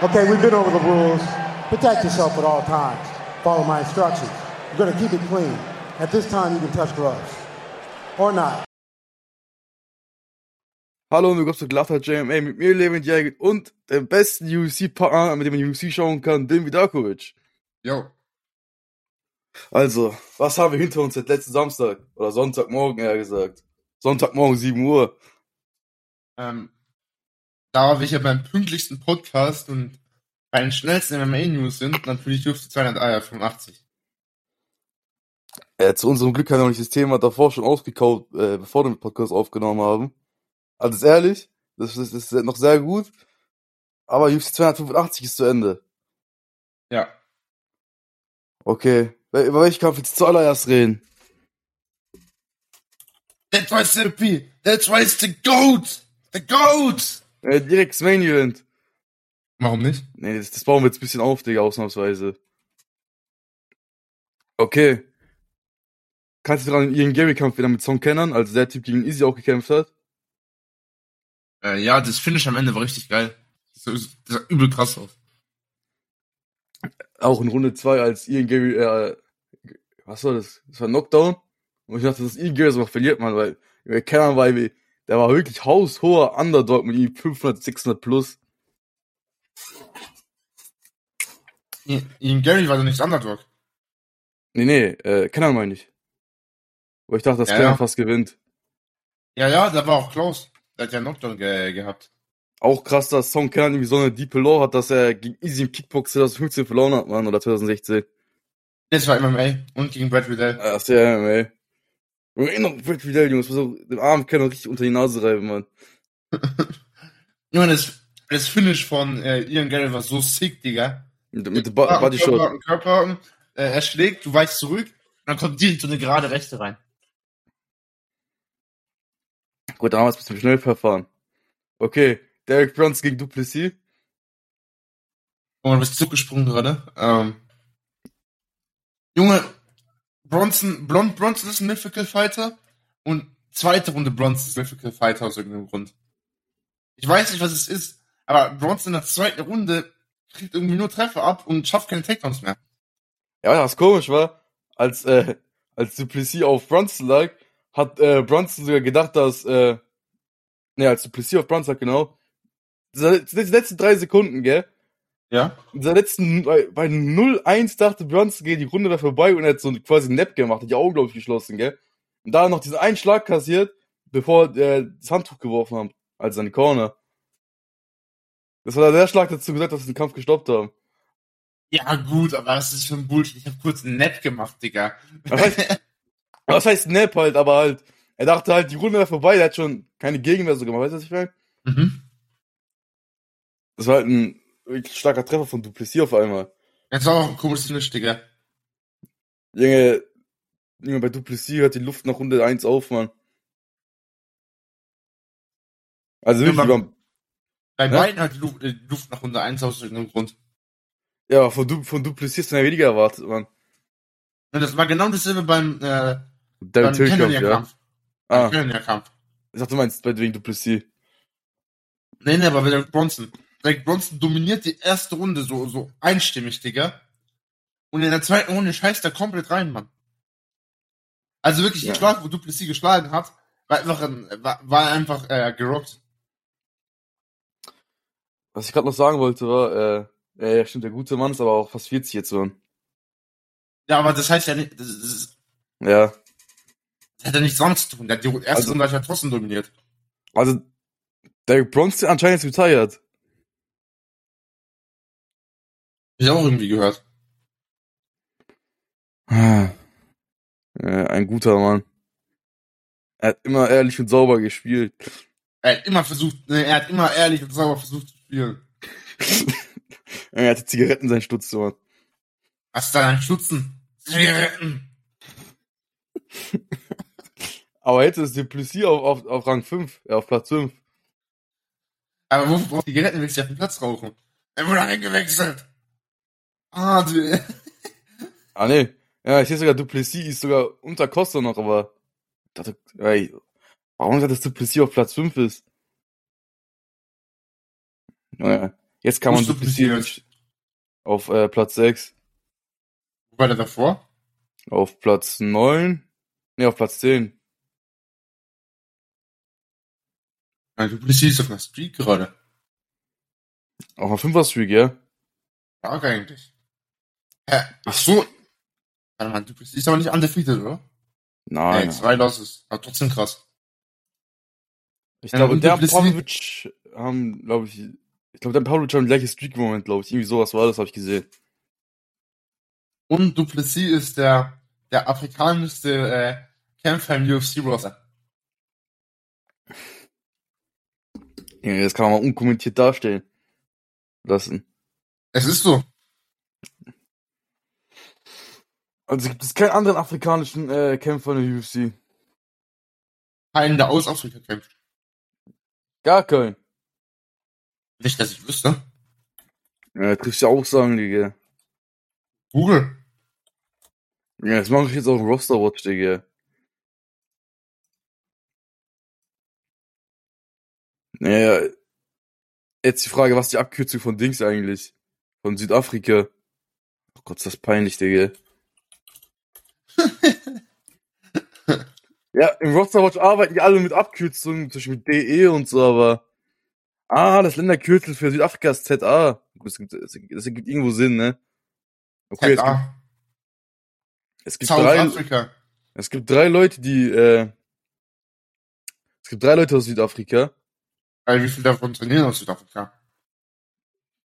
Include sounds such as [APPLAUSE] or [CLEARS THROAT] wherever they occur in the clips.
Okay, we've been over the rules. Protect yourself at all times. Follow my instructions. We're going to keep it clean. At this time, you can touch gloves. Or not. Hallo und willkommen zu Glatter JMA mit mir, Levent Jäger und dem besten UFC-Partner, mit dem man UFC schauen kann, Dim Vidakovic. Jo. Also, was haben wir hinter uns seit letzten Samstag? Oder Sonntagmorgen, eher gesagt. Sonntagmorgen, 7 Uhr. Ähm, da wir hier beim pünktlichsten Podcast und bei den schnellsten MMA-News sind, natürlich dürfte 285. Äh, zu unserem Glück haben wir noch nicht das Thema davor schon ausgekaut, äh, bevor wir den Podcast aufgenommen haben. Also ehrlich, das, das, das ist noch sehr gut. Aber UFC 285 ist zu Ende. Ja. Okay. Wel- Über welchen Kampf willst du zuallererst reden? That's why Simpy, that's why it's the GOAT! The GOAT! Äh, direkt das Main Event. Warum nicht? Nee, das, das bauen wir jetzt ein bisschen auf, Digga, ausnahmsweise. Okay. Kannst du dich dran ihren Gary-Kampf wieder mit Song kennen, als der Typ gegen Easy auch gekämpft hat? Äh, ja, das Finish am Ende war richtig geil. So, das sah übel krass aus. Auch in Runde 2, als Ian Gary, äh, was war das? Das war ein Knockdown. Und ich dachte, dass Ian Gary so noch verliert, man, weil, weil Kenan war, irgendwie- der war wirklich haushoher Underdog mit ihm 500, 600 plus. I- Ian Gary war doch nicht Underdog. Nee, nee, äh, Kenan meine ich. Wo ich dachte, dass Ja, Kenan ja. fast gewinnt. Ja, ja, da war auch Klaus. Der hat ja einen Knockdown ge gehabt. Auch krass, dass Song Kenan irgendwie so eine diepe Lore hat, dass er gegen Easy im Kickbox 2015 verloren hat, Mann, oder 2016. Das war MMA und gegen Brad Riddell. Ach so, ja, ey. Und erinnert Brad Riddell, Jungs, muss auch den armen Kerl noch richtig unter die Nase reiben, Mann. Junge, das, das Finish von äh, Ian Gary war so sick, Digga. Mit, mit dem ba Body Körperhaken, Shot. Körperhaken, Körperhaken. Äh, er schlägt, du weichst zurück, und dann kommt direkt so eine gerade Rechte rein. Gut, damals bist du schnell verfahren. Okay, Derek Brunson gegen Duplessis. Oh, du bist zugesprungen gerade. Ähm. Junge, Bronson, Blond Bronson ist ein Mythical Fighter und zweite Runde Bronson ist Mythical Fighter aus irgendeinem Grund. Ich weiß nicht, was es ist, aber Bronson in der zweiten Runde kriegt irgendwie nur Treffer ab und schafft keine Takedowns mehr. Ja, das ist komisch, war. Als, äh, als Duplessis auf Brunson lag, hat, äh, Brunson sogar gedacht, dass, äh, ne, als Duplessis auf Brunson lag, genau. Diese, diese letzten drei Sekunden, gell? Ja? In dieser letzten, bei, bei 0-1 dachte Brunson, geht die Runde da vorbei und er hat so einen- quasi einen Nap gemacht, hat die Augen, glaube ich, geschlossen, gell? Und da noch diesen einen Schlag kassiert, bevor er das Handtuch geworfen haben, also seine Corner. Das war der Schlag dazu gesagt, dass sie den Kampf gestoppt haben. Ja, gut, aber was ist für ein Bullshit? Ich habe kurz einen Nap gemacht, Digga. Was heißt, [LAUGHS] was heißt Nap halt, aber halt, er dachte halt, die Runde wäre vorbei, der hat schon keine Gegenwehr so gemacht, weißt du, was ich meine? Mhm. Das war halt ein wirklich starker Treffer von Duplessis auf einmal. Jetzt war auch ein komisches Finish, Digga. Junge, Junge, bei Duplessis hört die Luft nach Runde 1 auf, Mann. Also Ja, wirklich, aber- lieber, Bei Ja? beiden hat Luft, äh, Luft nach Runde 1 aus irgendeinem Grund. ja, aber von, du, von Duplessis ist ja weniger erwartet, Mann. Und das war genau dasselbe beim, äh, Derek beim Till kommt, ja. Cannonier-Kampf. Ah, Beim Cannonier-Kampf. ich dachte, du meinst bei- wegen Duplessis. Nee, nee, aber Derek Bronson. Derek Bronson dominiert die erste Runde so, so einstimmig, Digga. Und in der zweiten Runde scheißt er komplett rein, Mann. Also wirklich, Ja. die Schlag, wo Duplessis geschlagen hat, war einfach, ein, war, war einfach äh, gerockt. Was ich gerade noch sagen wollte, war, äh, äh, ja, stimmt, der gute Mann ist aber auch fast 40 jetzt, Mann. Ja, aber das heißt ja nicht, das, ist- das, ist- Ja. das hat ja nichts damit zu tun. Der hat die erste Also- Runde hat er trotzdem dominiert. Also, Derek Bronson anscheinend ist retired. Ich auch irgendwie gehört. Ah. Äh, ein guter Mann. Er hat immer ehrlich und sauber gespielt. Er hat immer versucht, nee, er hat immer ehrlich und sauber versucht zu spielen. er hatte Zigaretten in seinen Stutz, Mann. Was ist da ein Stutzen? Zigaretten. Aber hätte es Duplessis auf, auf, auf Rang 5, ja, auf Platz 5. Aber wofür braucht die Zigaretten, wenn sie auf dem Platz rauchen? Er wurde eingewechselt. Ah, du. Ah, nee. Ja, ich sehe sogar, Duplessis ist sogar unter Costa noch, aber. Ich Dachte, ey, warum sagt das Duplessis auf Platz 5 ist? Naja, Jetzt kann man Wusste Duplessis Duplessis. auf äh, Platz 6, Wo war der davor? auf Platz 9, ne, auf Platz 10. Nein, Duplessis ist auf einer Street gerade. Auf einer Fünfer-Streak, ja? Frage eigentlich. Hä? Ach so. Warte mal, Duplessis ist aber nicht undefeated, oder? Nein. Nee, zwei Losses. Aber trotzdem krass. ich ja, glaube, und der und Duplessis- Pavlovic haben, glaube ich, ich glaube, der Pavlovic haben die gleiche Streak im Moment, glaube ich. Irgendwie sowas war das, habe ich gesehen. Und Duplessis ist der, der afrikanischste äh, Kämpfer im UFC-Roster. Ja, das kann man mal unkommentiert darstellen lassen. Es ist so. Also gibt es keinen anderen afrikanischen äh, Kämpfer in der UFC. Keinen, der aus Afrika kämpft. Gar keinen. Nicht, dass ich wüsste. Ja, triffst ja auch sagen, Digga. Google. Ja, das mache ich jetzt auch im Roster Watch, Digga. Naja, jetzt die Frage, was die Abkürzung von Dings eigentlich? Von Südafrika. Oh Gott, ist das peinlich, Digga. [LAUGHS] ja, im Roster Watch arbeiten die alle mit Abkürzungen, zum Beispiel mit DE und so, aber. Ah, das Länderkürzel für Südafrika ist ZA. Das gibt, das ergibt irgendwo Sinn, ne? Okay, es gibt, ZA. es gibt South drei, Africa. es gibt drei Leute, die, äh, es gibt drei Leute aus Südafrika. Weil Äh, wie viel davon trainieren aus Südafrika?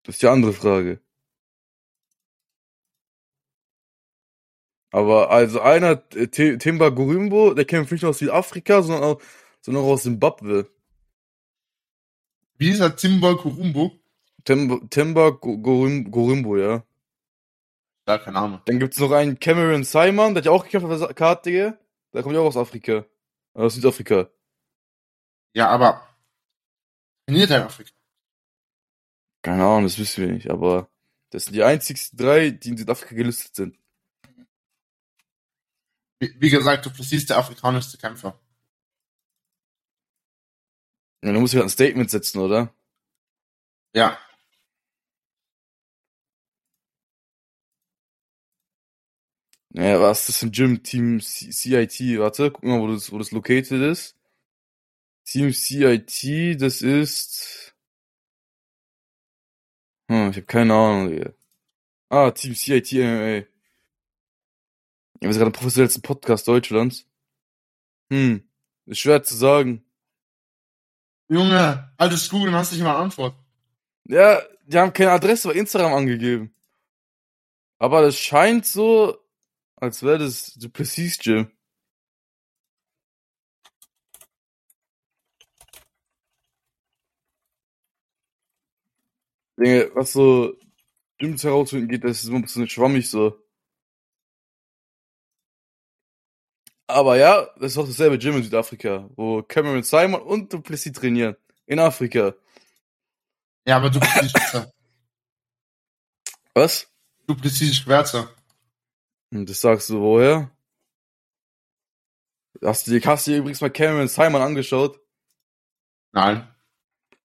Das ist die andere Frage. Aber also einer, äh, Te- Themba Gorimbo, der kämpft nicht nur aus Südafrika, sondern auch, sondern auch aus Simbabwe. Wie ist er Timber Kurumbo? Temba, Temba Go- Gorim, Gorimbo, ja. Da kein Name. Dann gibt's noch einen Cameron Simon, der hat ja auch gekämpft auf der Sa- Karte, Digga. Der kommt ja auch aus Afrika. Äh, Aus Südafrika. Ja, aber trainiert er in Afrika? Keine Ahnung, das wissen wir nicht, aber das sind die einzigsten drei, die in Südafrika gelistet sind. Wie, wie gesagt, Duplessis ist der afrikanischste Kämpfer. Ja, du musst ja halt ein Statement setzen, oder? Ja. Naja, was ist das im Gym? Team C CIT, warte, guck mal, wo das, wo das located ist. Team CIT, das ist. Hm, ich habe keine Ahnung, Digga. Ah, Team CIT MMA. Wir sind gerade der professionellste Podcast Deutschlands. Hm, ist schwer zu sagen. Junge, alles Google, hast nicht mal eine Antwort. Ja, die haben keine Adresse bei Instagram angegeben. Aber das scheint so, als wäre das Duplessis Gym. Dinge, was so Gyms herausfinden geht, das ist immer ein bisschen schwammig so. Aber ja, das ist auch dasselbe Gym in Südafrika, wo Cameron Simon und Duplessis trainieren. In Afrika. Ja, aber Duplessis ist besser. Was? Duplessis ist schwärzer. Und das sagst du woher? Hast du dir, hast du dir übrigens mal Cameron Simon angeschaut? Nein.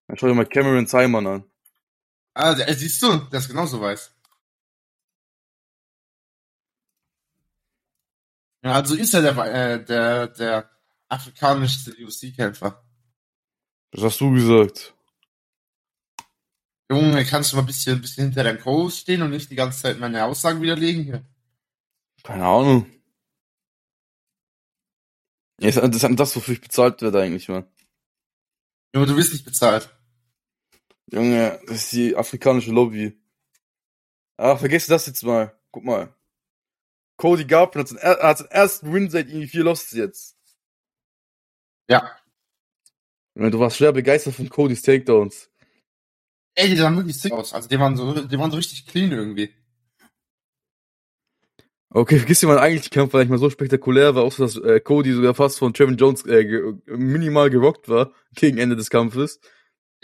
Dann schau dir mal Cameron Simon an. Ah, der, siehst du, der ist genauso weiß. Ja, also ist er der, äh, der, der afrikanischste UFC-Kämpfer. Das hast du gesagt. Junge, kannst du mal ein bisschen, ein bisschen hinter deinem Kurs stehen und nicht die ganze Zeit meine Aussagen widerlegen hier? Keine Ahnung. Ja, Das ist das, wofür ich bezahlt werde eigentlich, Mann. Junge, du wirst nicht bezahlt. Junge, das ist die afrikanische Lobby. Ah, vergiss das jetzt mal. Guck mal. Cody Garpen hat seinen, er- hat seinen ersten Win seit irgendwie vier Losses jetzt. Ja. Junge, Du warst schwer begeistert von Codys Takedowns. Ey, die sahen wirklich sick aus. Also die waren so, die waren so richtig clean irgendwie. Okay, [LAUGHS] vergiss den eigentlichen Kampf, weil er nicht mal so spektakulär war, außer dass äh, Cody sogar fast von Trevin Jones äh, ge minimal gerockt war gegen Ende des Kampfes.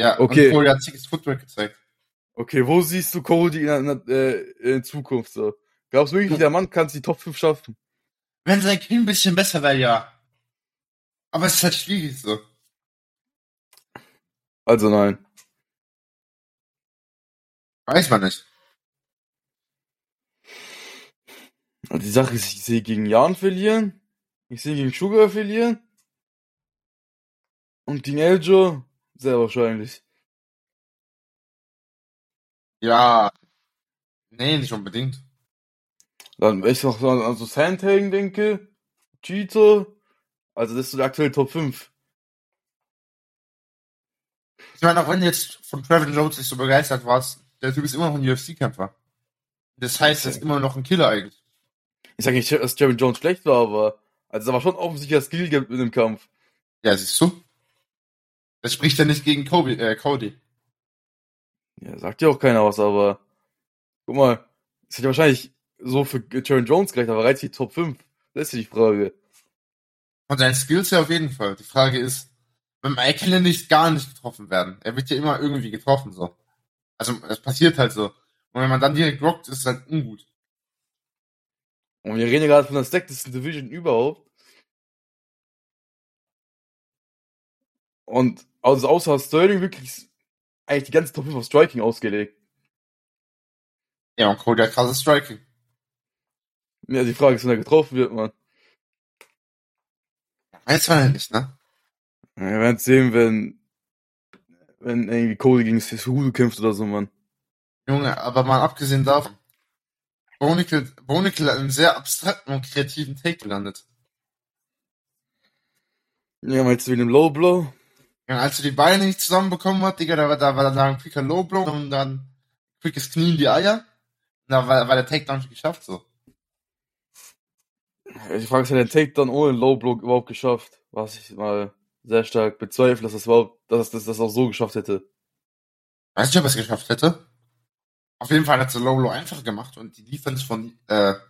Ja, Okay. und Cole hat sickes Footwork gezeigt. Okay, wo siehst du Cody in, in, äh, in Zukunft so? Glaubst du wirklich, der Mann kann es die Top 5 schaffen? Wenn sein Knie ein bisschen besser wäre, ja. Aber es ist halt schwierig so. Also nein. Weiß man nicht. Und Also die Sache ist, ich sehe gegen Jan verlieren. Ich sehe gegen Sugar verlieren. Und gegen Eljo sehr wahrscheinlich. Ja. Nee, nicht unbedingt. Dann, wenn ich noch so an an so Sandhagen denke, Cheeto, also das ist so der aktuelle Top 5. Ich meine, auch wenn du jetzt von Trevor Jones nicht so begeistert warst, der Typ ist immer noch ein UFC-Kämpfer. Das heißt, er ist immer noch ein Killer eigentlich. Ich sage nicht, dass Jeremy Jones schlecht war, aber also da war schon offensichtlicher Skill ge- in dem Kampf. Ja, siehst du? Das spricht ja nicht gegen Kobe, äh, Cody. Ja, sagt ja auch keiner was, aber guck mal, es hätte wahrscheinlich so für Jeremy Jones gereicht, aber reizt die Top 5? Das ist ja die Frage. Von seinen Skills her auf jeden Fall. Die Frage ist, beim Eikelner nicht gar nicht getroffen werden. Er wird ja immer irgendwie getroffen, so. Also, es passiert halt so. Und wenn man dann direkt rockt, ist es halt ungut. Und wir reden ja gerade von der stackesten Division überhaupt. Und also außer Sterling wirklich eigentlich die ganze Top 5 auf Striking ausgelegt. Ja, und Cody hat krasses Striking. Ja, die Frage ist, wenn er getroffen wird, man. Weiß man ja nicht, ne? Ja, wir werden sehen, wenn, wenn irgendwie Cody gegen Cejudo kämpft oder so, man. Junge, aber mal abgesehen davon. Bonicle, Bonicle hat einen sehr abstrakten und kreativen Take gelandet. Ja, meinst du wegen dem Low Blow? Ja, als er die Beine nicht zusammenbekommen hat, Digga, da war, da war dann ein quicker Low Blow und dann quickes Knie in die Eier. Und da war, war der Takedown schon geschafft, so. Ich frage mich, hat der Takedown ohne Low Blow überhaupt geschafft? Was ich mal sehr stark bezweifle, dass das überhaupt, dass das, das auch so geschafft hätte. Weiß nicht, ob er es geschafft hätte. Auf jeden Fall hat es Low Blow einfach gemacht und die Defense von, äh, Ja,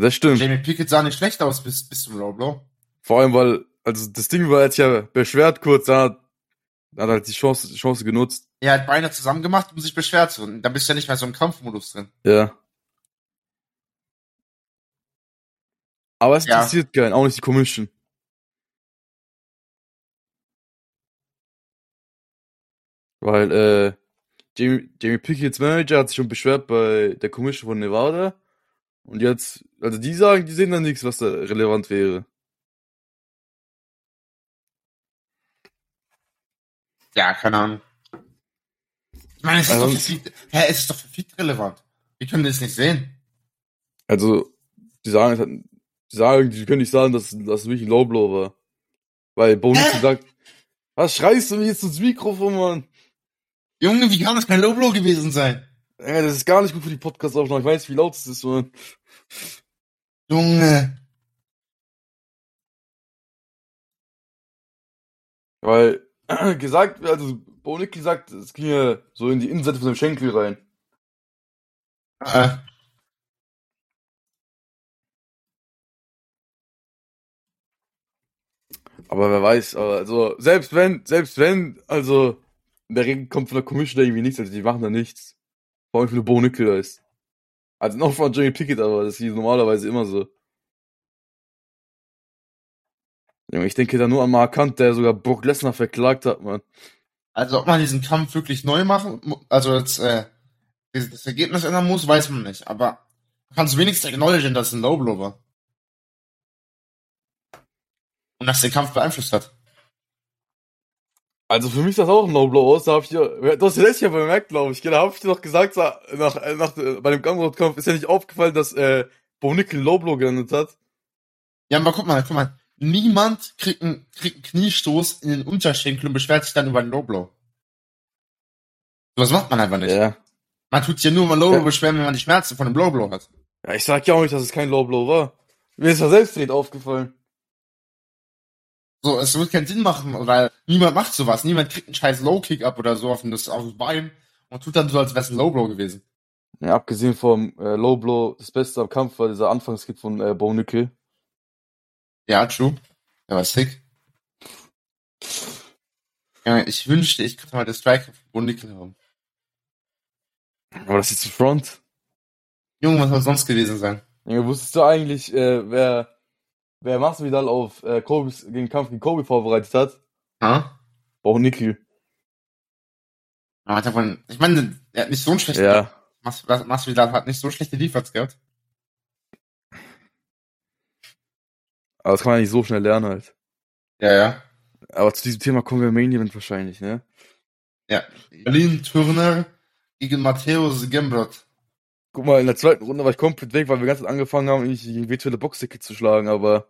das stimmt. Jamie Pickett sah nicht schlecht aus bis, bis zum Low Blow. Vor allem, weil, also das Ding war jetzt ja beschwert kurz, da hat, da hat halt die Chance, die Chance genutzt. Er hat Beine zusammen gemacht, um sich beschwert zu. Und dann bist du ja nicht mehr so im Kampfmodus drin. Ja. Aber es Ja. interessiert keinen, auch nicht die Commission. Weil, äh, Jamie, Jamie Picketts Manager hat sich schon beschwert bei der Commission von Nevada. Und jetzt, also die sagen, die sehen da nichts, was da relevant wäre. Ja, keine Ahnung. Ich meine, es ist, Also- doch, für Feed, hä, es ist doch für Feed relevant. Wir können das nicht sehen. Also, die sagen, es hat, die sagen, die können nicht sagen, dass, dass es wirklich ein Lowblow war. Weil Bonus sagt, was schreist du mir jetzt ins Mikrofon, Mann? Junge, wie kann das kein Low Blow gewesen sein? Ey, das ist gar nicht gut für die Podcast-Aufnahme. Ich weiß, wie laut es ist, ne? Mann. Junge. Weil, [CLEARS THROAT] gesagt, also, Bonicki sagt, es ging ja so in die Innenseite von dem Schenkel rein. Äh, Aber wer weiß, aber also, selbst wenn, selbst wenn, also, der Regen kommt von der Commission da irgendwie nichts, also die machen da nichts. Vor allem, wie viel Bonicki da ist. Also, noch von Jimmy Pickett, aber das ist hier normalerweise immer so. Junge, Ich denke da nur an Mark Hunt, der sogar Brock Lesnar verklagt hat, Mann. also, ob man diesen Kampf wirklich neu machen, mu- also jetzt, äh, das das Ergebnis ändern muss, weiß man nicht. Aber man kann es wenigstens acknowledgen, dass es ein Low Blow war. Und dass der Kampf beeinflusst hat. Also für mich sah das auch ein No-Blow aus. Da hab ich dir, du hast dir letztes Jahr bemerkt, glaube ich. gell? Da habe ich dir doch gesagt, sa- nach, äh, nach, äh, bei dem Gamrod-Kampf ist ja nicht aufgefallen, dass äh, Bonickel einen Low-Blow gelandet hat. Ja, aber guck mal, guck mal. Niemand kriegt einen, kriegt einen Kniestoß in den Unterschenkel und beschwert sich dann über einen Low Blow. Sowas macht man einfach nicht. Ja. Man tut sich ja nur über einen Low Blow Ja. beschweren, wenn man die Schmerzen von einem Low Blow hat. Ja, ich sag ja auch nicht, dass es kein Low-Blow war. Mir ist ja selbst nicht aufgefallen. So, es wird keinen Sinn machen, weil niemand macht sowas. Niemand kriegt einen scheiß Low Kick ab oder so auf das, auf das Bein und tut dann so, als wäre es ein Low Blow gewesen. Ja, abgesehen vom äh, Low-Blow, das Beste am Kampf war dieser Anfangskick von äh, Bonickel. Ja, true. Der war sick. Ja, ich wünschte, ich könnte mal das Strike auf Bundikel haben. Aber das ist die Front. Junge, was soll sonst gewesen sein? Junge, wusstest du eigentlich, äh, wer, wer Masvidal auf äh, Kobe's, den Kampf gegen Kobe vorbereitet hat? Ha? Bonickel. Aber hat er wohl, ich meine, er hat nicht so einen schlechten Ja. Mas- Mas- Masvidal hat nicht so schlechte Defense gehabt. Aber das kann man nicht so schnell lernen halt. Ja, ja. Aber zu diesem Thema kommen wir im Main Event wahrscheinlich, ne? Berlin Turner gegen Matthäus Gembrot. Guck mal, in der zweiten Runde war ich komplett weg, weil wir ganz angefangen haben, mich gegen virtuelle Boxdecke zu schlagen, aber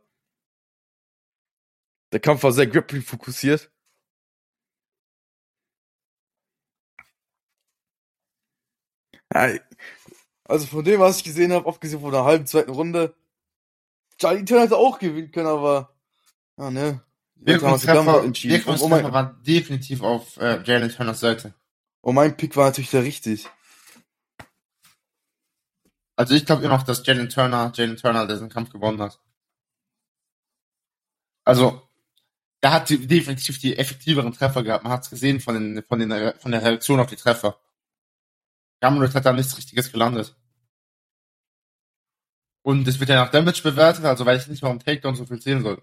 der Kampf war sehr grappling fokussiert. Ja, Also von dem, was ich gesehen habe, abgesehen von einer halben zweiten Runde, Charlie Turner hätte auch gewinnen können, aber ah ne. Jetzt haben wir uns Wirkungstreffer verdammt entschieden. Und, und, Wirkungstreffer mein, waren definitiv auf äh, Jalen Turners Seite. und mein Pick war natürlich der richtig. Also ich glaube immer noch, dass Jalen Turner, Jalen Turner diesen Kampf gewonnen hat. Also, er hat die- definitiv die effektiveren Treffer gehabt. Man hat es gesehen von, den, von, den, von der Reaktion auf die Treffer. Gamrot hat da nichts Richtiges gelandet. Und es wird ja nach Damage bewertet, also weiß ich nicht, warum Takedown so viel zählen soll.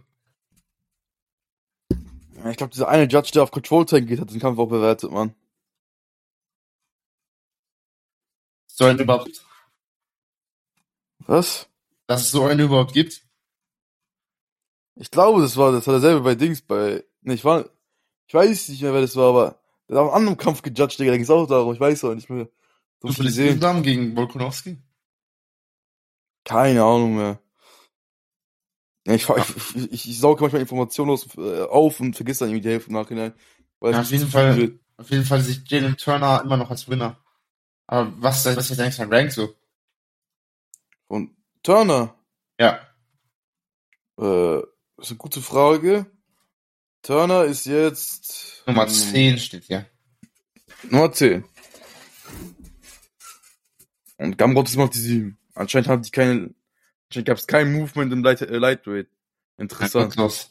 Ja, Ich glaube, dieser eine Judge, der auf Control Tank geht, hat den Kampf auch bewertet, Mann. So einen überhaupt, Was? dass es so einen überhaupt gibt. Ich glaube, das war, das war derselbe bei Dings, bei, ne, ich war, ich weiß nicht mehr, wer das war, aber der hat auf einem anderen Kampf gejudged, Digga, da ging's auch darum, ich weiß auch nicht mehr. So Musst viel du gesehen. Islam gegen Volkanovski? Keine Ahnung mehr. Ja, ich, ich, ich, ich, ich sauge manchmal Informationen los, äh, auf und vergiss dann irgendwie die Hälfte im Nachhinein. Weil Ja, es auf jeden zu Fall. viel wird. Auf jeden Fall sieht Jalen Turner immer noch als Winner. Aber was, was ist jetzt eigentlich sein Rank so? Und Turner, Ja. äh, ist eine gute Frage. Turner ist jetzt Nummer ähm, 10 steht hier. Nummer 10. Und Gamrot ist immer auf die 7. Anscheinend haben die keine. Anscheinend gab es kein Movement im Light, äh, Lightweight. Interessant. Gut los.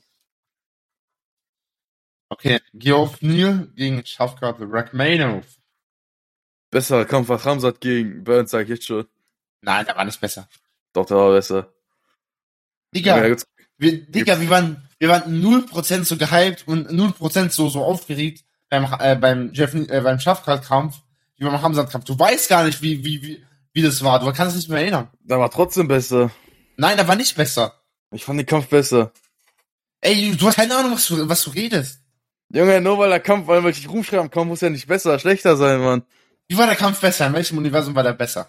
Okay, Geoff Neal gegen Schafkarte Rachmanov. Besserer Kampf war Ramsat gegen Burns, sag ich jetzt schon. Nein, der war nicht besser. Doch, der war besser. Digga, da gibt's- wir, Digga wir, waren, wir waren 0% so gehypt und 0% so, so aufgeregt beim, äh, beim, Jeff, äh, beim Schafkarte-Kampf wie beim Hamzat-Kampf. Du weißt gar nicht, wie, wie, wie, wie das war. Du kannst dich nicht mehr erinnern. der war trotzdem besser. Nein, der war nicht besser. Ich fand den Kampf besser. Ey, du hast keine Ahnung, was du, was du redest. Junge, nur weil der Kampf, weil ich rumschreiben kann, muss ja nicht besser, schlechter sein, Mann. Wie war der Kampf besser? In welchem Universum war der besser?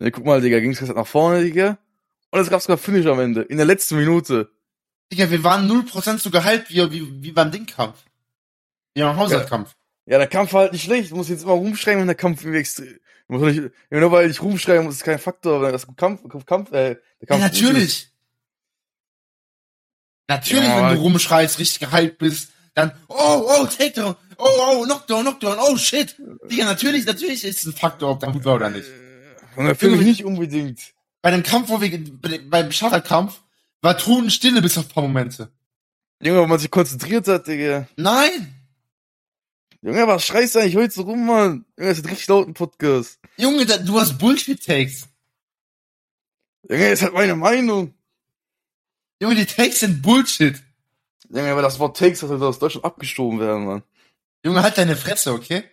Ja, guck mal, Digga, ging's ganz nach vorne, Digga. Und es gab sogar Finish am Ende. In der letzten Minute. Digga, wir waren 0% so gehypt wie, wie, wie beim Dingkampf. Wie beim Haushaltkampf. Ja, der Kampf war halt nicht schlecht. Du musst jetzt immer rumschreiben, wenn der Kampf irgendwie extrem. Muss doch nicht, ja, nur weil ich rumschreiben muss, ist kein Faktor, wenn das Kampf, Kampf, Kampf äh, der Ja, Kampf. gut ist. natürlich. Natürlich, Ja, wenn aber- du rumschreist, richtig gehypt bist, dann, oh, oh, Takedown, oh, oh, Knockdown, Knockdown, oh, shit. Digga, natürlich, natürlich ist es ein Faktor, ob der gut war oder nicht. Und da finde ich nicht unbedingt. Bei dem Kampf, wo wir, bei- beim Schafferkampf, war Tonenstille bis auf ein paar Momente. Junge, wenn man sich konzentriert hat, Digga. Nein! Junge, was schreist du eigentlich heute so rum, Mann? Junge, das ist ein richtig lauten Podcast. Junge, da, du hast Bullshit-Takes. Junge, das ist halt meine Meinung. Junge, die Takes sind Bullshit. Junge, aber das Wort Takes, das sollte aus Deutschland abgestoben werden, Mann. Junge, halt deine Fresse, okay?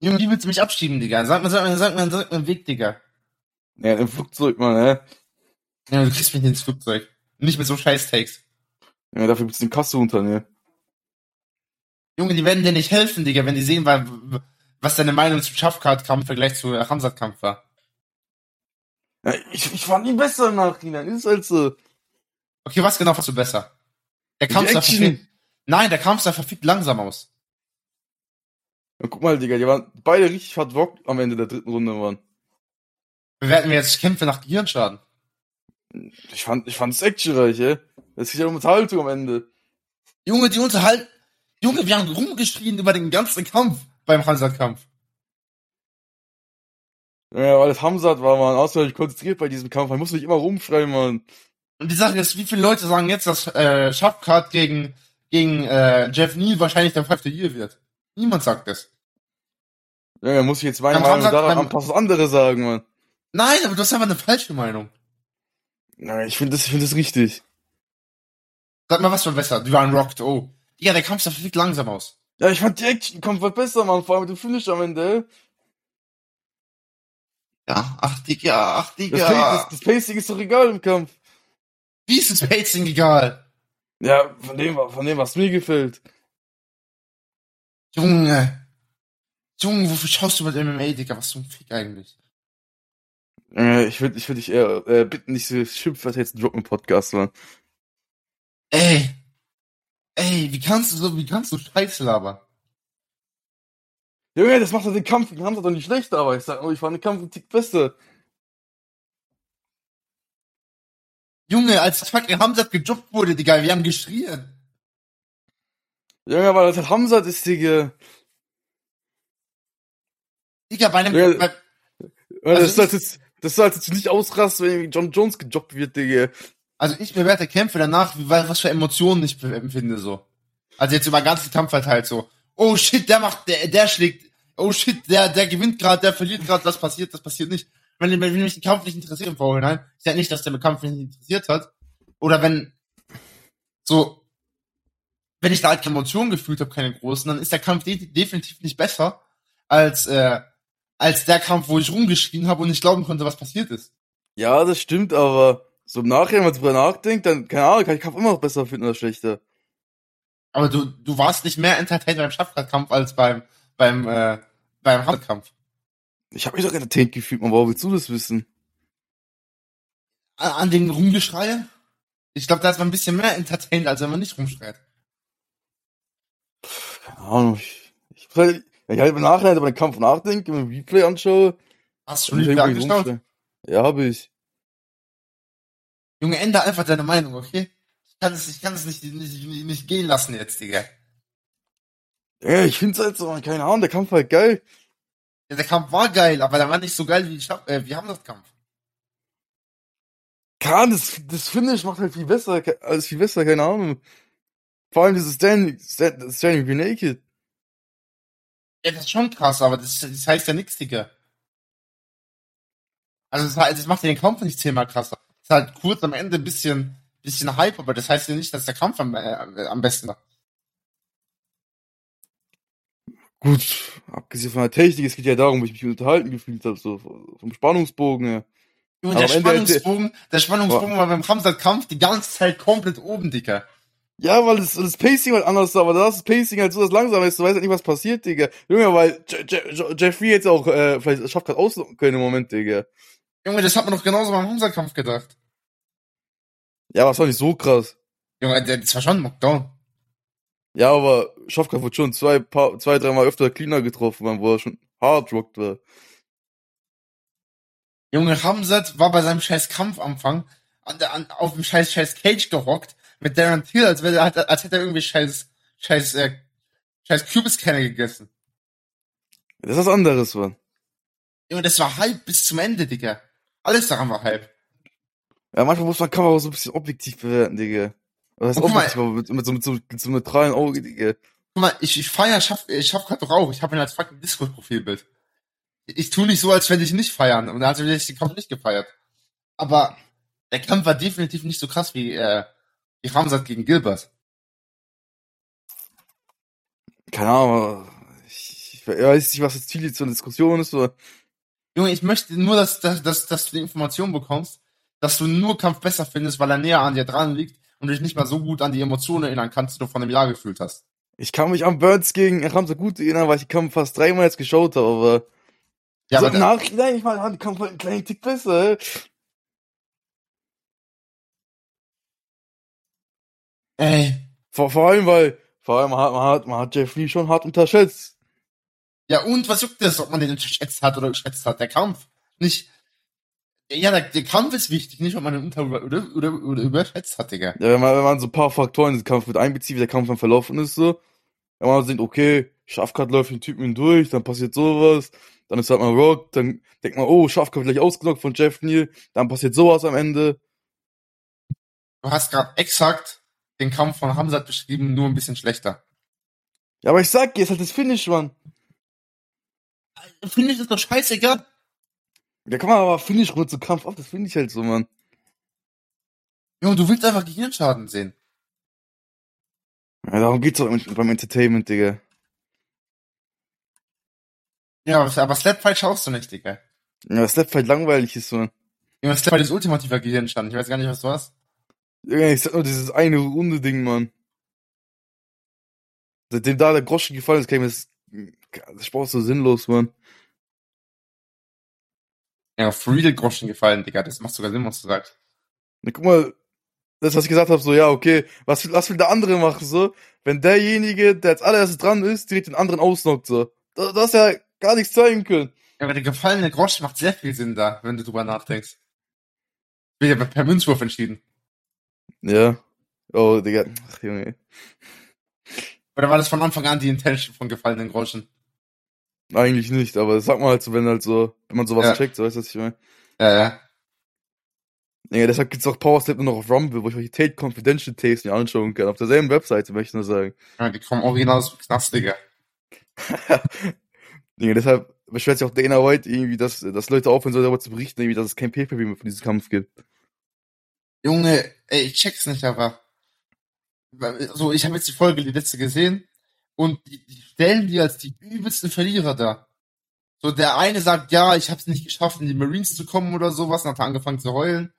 Junge, wie willst du mich abschieben, Digga? Sag mal, sag mal, sag mal, sag mal einen Weg, Digga. Ja, im Flugzeug, Mann, hä? Junge, du kriegst mich nicht ins Flugzeug. Nicht mit so scheiß Takes. Junge, dafür gibt's den Kasse unter, ne? Junge, die werden dir nicht helfen, Digga, wenn die sehen, wa- w- was deine Meinung zum Schafkart-Kampf im Vergleich zu Ramsat-Kampf war. Ja, ich, ich fand ihn besser im Nachhinein, ist halt so. Okay, was genau fandst du besser? Der Kampf Die sah Action. verfickt. Nein, der Kampf sah verfickt langsam aus. Und guck mal, Digga, die waren beide richtig hart rock am Ende der dritten Runde, Mann. Bewerten wir jetzt Kämpfe nach Gehirnschaden. Ich fand, ich fand's actionreich, ey. Es geht ja um Unterhaltung am Ende. Junge, die unterhalten. Junge, wir haben rumgeschrien über den ganzen Kampf beim Ramsat-Kampf. Ja, weil es Hamzat war, man, außerordentlich konzentriert bei diesem Kampf. Man muss nicht immer rumschreien, man. Und die Sache ist, wie viele Leute sagen jetzt, dass äh, Schafkart gegen, gegen äh, Jeff Neal wahrscheinlich der Fight of the Year wird? Niemand sagt das. Ja, muss ich jetzt meine Beim Meinung Hamzat- daran beim- anpassen, was andere sagen, man. Nein, aber du hast einfach eine falsche Meinung. Ja, ich finde das, ich finde das richtig. Sag mal, was war besser? Die waren rocked, oh. Ja, der Kampf sah viel langsam aus. Ja, ich fand die Action komplett besser, Mann, vor allem mit dem Finish am Ende. Ja, ach, Digga, ach, Das, Digga. Pa- das, das Pacing ist doch egal im Kampf. Wie ist das Pacing egal? Ja, von dem, wa- von dem, was mir gefällt. Junge. Junge, wofür schaust du mit MMA, Digga? Was zum Fick eigentlich? Äh, ich würde ich würd dich eher äh, bitten, nicht so Schimpfwörter jetzt droppen im Podcast, Mann. Ey. Ey, wie kannst du so, wie kannst du Scheiße labern? Junge, das macht doch den Kampf gegen Hamza doch nicht schlechter, aber ich sag nur, ich fand den Kampf einen Tick besser. Junge, als fucking Hamzat gejobbt wurde, Digga, wir haben geschrien. Junge, aber das hat Hamza, das ist, Digga. Digga, bei einem, Ja. bei, Ja, das, Also ist, als jetzt, das ist, als jetzt nicht ausrast, wenn John Jones gejobbt wird, Digga. also ich bewerte Kämpfe danach, wie, was für Emotionen ich be- empfinde, so. Also jetzt über den ganzen Kampf verteilt, so. Oh shit, der macht, der, der schlägt. Oh shit, der, der gewinnt gerade, der verliert gerade, das passiert, das passiert nicht. Wenn, wenn mich den Kampf nicht interessiert im Vorhinein, ist ja nicht, dass der mich Kampf nicht interessiert hat. Oder wenn, so, wenn ich da halt keine Emotionen gefühlt habe, keine großen, dann ist der Kampf de definitiv nicht besser als, äh, als der Kampf, wo ich rumgeschrien habe und nicht glauben konnte, was passiert ist. Ja, das stimmt, aber so im Nachhinein, wenn man drüber nachdenkt, dann, keine Ahnung, kann ich den Kampf immer noch besser finden oder schlechter. Aber du, du warst nicht mehr entertained beim Schafkampf als beim beim äh, beim Handkampf. Ich habe mich doch entertained gefühlt, man, warum willst du das wissen? An, an dem Rumgeschrei? Ich glaube, da ist man ein bisschen mehr entertained, als wenn man nicht rumschreit. Keine Ahnung, ich, ich, halt- wenn ich halt im Nachhinein über den Kampf nachdenke, mir ein Replay anschaue, Hast du dann schon bin wieder ich irgendwie angeschaut? rumstehen. Ja, habe ich. Junge, änder einfach deine Meinung, okay? Ich kann es, ich kann es nicht, nicht, nicht, nicht gehen lassen jetzt, Digga. Ja, ich find's halt so, man, keine Ahnung, der Kampf war halt geil. Ja, der Kampf war geil, aber der war nicht so geil wie Schaf äh, wie Handkampf. Kahn, das, das Finish macht halt viel besser, ke- alles viel besser, keine Ahnung. Vor allem dieses Standing, Stand- Standing Naked. Ja, das ist schon krass, aber das, das heißt ja nix, Digga. Also das, das macht ja den Kampf nicht zehnmal krasser. Es ist halt kurz am Ende ein bisschen, bisschen Hype, aber das heißt ja nicht, dass der Kampf am, äh, am besten war. Gut, abgesehen von der Technik, es geht ja darum, wie ich mich unterhalten gefühlt habe, so vom Spannungsbogen her. Junge, Aber der am Ende- Spannungsbogen, der Spannungsbogen war beim Kampf die ganze Zeit komplett oben, Digga. Ja, weil das, das Pacing halt anders war, aber da ist das Pacing halt so, dass langsam ist, du weißt halt nicht, was passiert, Digga. Junge, weil Je Je Je Jeffrey jetzt auch, äh, vielleicht es schafft gerade auslocken können im Moment, Digga. Junge, das hat man doch genauso beim Hamsterkampf gedacht. Ja, aber es war nicht so krass. Junge, der- das war schon ein Knockdown. Ja, aber Schafka wurde schon zwei, paar, zwei, dreimal öfter cleaner getroffen, man, wo er schon hard rockt war. Junge, Hamzat war bei seinem scheiß Kampfanfang an, der- an, auf dem scheiß scheiß Cage gerockt mit Darren Till, als, wäre, er- als hätte er irgendwie scheiß scheiß äh, scheiß Kürbiskerner gegessen. Das ist was anderes, man. Junge, das war Hype bis zum Ende, Digga. Alles daran war Hype. Ja, manchmal muss man Kamera so ein bisschen objektiv bewerten, Digga. Was heißt Guck mal. objektiv, aber mit, mit, so, mit, so, mit so einem neutralen Auge, Digga. Guck mal, ich, ich feier Schaff, ich schaff grad doch auch. Ich habe ihn als fucking Discord-Profilbild. Ich tu nicht so, als würde ich ihn nicht feiern. Und als hätte ich den Kampf nicht gefeiert. Aber der Kampf war definitiv nicht so krass wie, äh, wie Ramsat gegen Gilbert. Keine Ahnung, ich, ich weiß nicht, was das Ziel jetzt zur Diskussion ist, oder? Junge, ich möchte nur, dass, dass, dass, dass du die Information bekommst, dass du nur Kampf besser findest, weil er näher an dir dran liegt und dich nicht mal so gut an die Emotionen erinnern kannst, die du vor einem Jahr gefühlt hast. Ich kann mich an Burns gegen Ramsey gut erinnern, weil ich den Kampf fast dreimal jetzt geschaut habe, aber. Ja, so aber im da, Nachhinein, ich meine, der Kampf war einen kleinen Tick besser, ey. ey, vor, vor allem, weil, vor allem, man hat, man hat, man hat Jeff Lee schon hart unterschätzt. Ja, und was juckt das, ob man den unterschätzt hat oder geschätzt hat? Der Kampf. Nicht. Ja, der, der Kampf ist wichtig, nicht ob man den unter oder, oder, oder überschätzt hat, Digga. Ja, wenn man, wenn man so ein paar Faktoren in den Kampf mit einbezieht, wie der Kampf dann verlaufen ist, so. Wenn man sieht, okay, Schafkat läuft den Typen durch, dann passiert sowas, dann ist halt mal Rock, dann denkt man, oh, Schafkat wird gleich ausgenockt von Jeff Neal, dann passiert sowas am Ende. Du hast gerade exakt den Kampf von Hamzat beschrieben, nur ein bisschen schlechter. Ja, aber ich sag dir, ist halt das Finish, Mann. Finde ich das doch scheißegal. Da kann man aber Finish runter zu Kampf auf, das finde ich halt so, Mann. Junge, du willst einfach Gehirnschaden sehen. Ja, darum geht's doch im- beim Entertainment, Digga. Ja, aber- aber Slapfight schaust du nicht, Digga. Ja, Slapfight langweilig ist so. Junge, Slapfight ist ultimativer Gehirnschaden. Ich weiß gar nicht, was du hast. Junge, Ich sag nur dieses eine runde Ding, Mann. Seitdem da der Groschen gefallen ist, kann ich mir das, das Sport ist so sinnlos, Mann. Ja, auf Real Groschen gefallen, Digga. Das macht sogar Sinn, was du sagst. Na, guck mal, das, was ich gesagt habe, so, ja, okay, was, will- was will der andere machen, so? Wenn derjenige, der als allererstes dran ist, direkt den anderen ausnockt, so. Da, das ja gar nichts zeigen können. Ja, aber der gefallene Groschen macht sehr viel Sinn da, wenn du drüber nachdenkst. Wird ja per Münzwurf entschieden. Ja. Oh, Digga. Ach, Junge. Oder war das von Anfang an die Intention von gefallenen Groschen? Eigentlich nicht, aber sag mal halt so, wenn halt so, wenn man sowas Ja. checkt, so weißt du, was ich meine. Ja, ja. Ja, deshalb gibt's auch Power Slap nur noch auf Rumble, wo ich euch die Tate Confidential Tapes mir anschauen kann. Auf derselben Webseite möchte ich nur sagen. ja die kommen original aus dem Knast, Digga. Digga, deshalb beschwert sich auch Dana White irgendwie, dass, dass Leute aufhören sollen, darüber zu berichten, irgendwie, dass es kein Pay-Per-View mehr von diesem Kampf gibt. Junge, ey, ich check's nicht, aber. So, ich habe jetzt die Folge, die letzte gesehen, und die, die stellen die als die übelsten Verlierer da. So, der eine sagt, ja, ich hab's nicht geschafft, in die Marines zu kommen oder sowas, und hat angefangen zu heulen.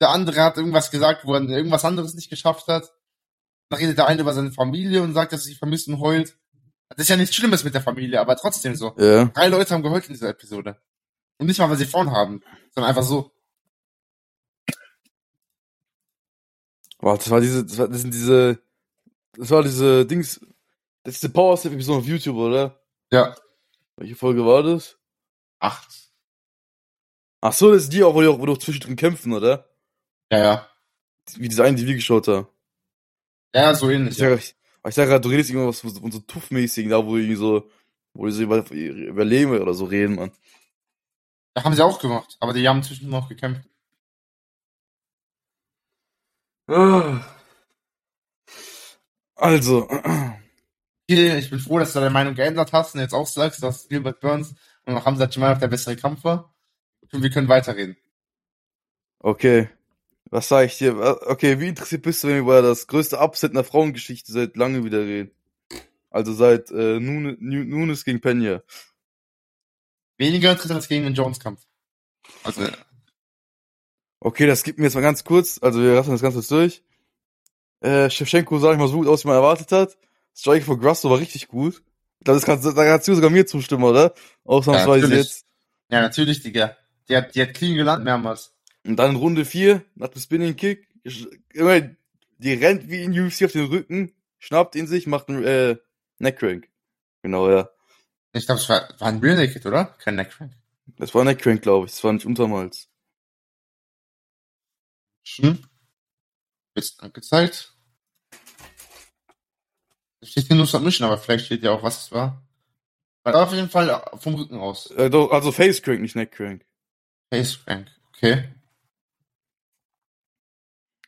Der andere hat irgendwas gesagt, wo er irgendwas anderes nicht geschafft hat. Dann redet der eine über seine Familie und sagt, dass er sie vermisst und heult. Das ist ja nichts Schlimmes mit der Familie, aber trotzdem so. Ja. Drei Leute haben geheult in dieser Episode. Und nicht mal, weil sie vorn haben, sondern einfach so. Boah, das war diese, das, war, das sind diese, das war diese Dings, das ist die Power Slap Episode auf YouTube, oder? Ja. Welche Folge war das? Acht. Ach so, das ist die auch, wo die auch, wo die auch zwischendrin kämpfen, oder? Ja, ja. Wie diese einen, die wir geschaut haben. Ja, so ähnlich. Ich Ja. sag, ich, ich sag grad, du redest irgendwas von so- von so Tuff-mäßigen, da wo die so, wo die so über, über Lehme oder so reden, Mann. Da haben sie auch gemacht, aber die haben zwischendurch noch gekämpft. Also, [CLEARS THROAT] Hier, ich bin froh, dass du deine Meinung geändert hast und jetzt auch sagst, dass Gilbert Burns und auch Hamza Jamal der bessere Kampf war. Und wir können weiterreden. okay. Was sag ich dir? Wa- Okay, wie interessiert bist du, wenn wir über das größte Upset in der Frauengeschichte seit lange wieder reden? Also seit äh, Nune- Nu- Nunes gegen Pena. Weniger interessant als gegen den Jones-Kampf. Also, Okay, das gibt mir jetzt mal ganz kurz, also wir rasseln das Ganze jetzt durch. Äh, Shevchenko sah nicht mal so gut aus, wie man erwartet hat. Strike von Grasso war richtig gut. Ich glaube, das kannst, da kannst du sogar mir zustimmen, oder? Ausnahmsweise natürlich. jetzt. ja, natürlich, Digga. Die hat, die hat clean gelandet mehrmals. Und dann Runde 4, nach dem Spinning Kick, sch- immerhin, die rennt wie in UFC auf den Rücken, schnappt ihn sich, macht einen äh, Neckcrank. Genau, ja. Ich glaube, es war, war ein Real Naked, oder? Kein Neckcrank. Das war Neckcrank, glaube ich. Das war nicht untermals. Hm? Wird's angezeigt? Es steht hier nur Submission, aber vielleicht steht ja auch, was es war. War auf jeden Fall vom Rücken aus. Äh, doch, also Facecrank, nicht Neckcrank. Facecrank. Okay.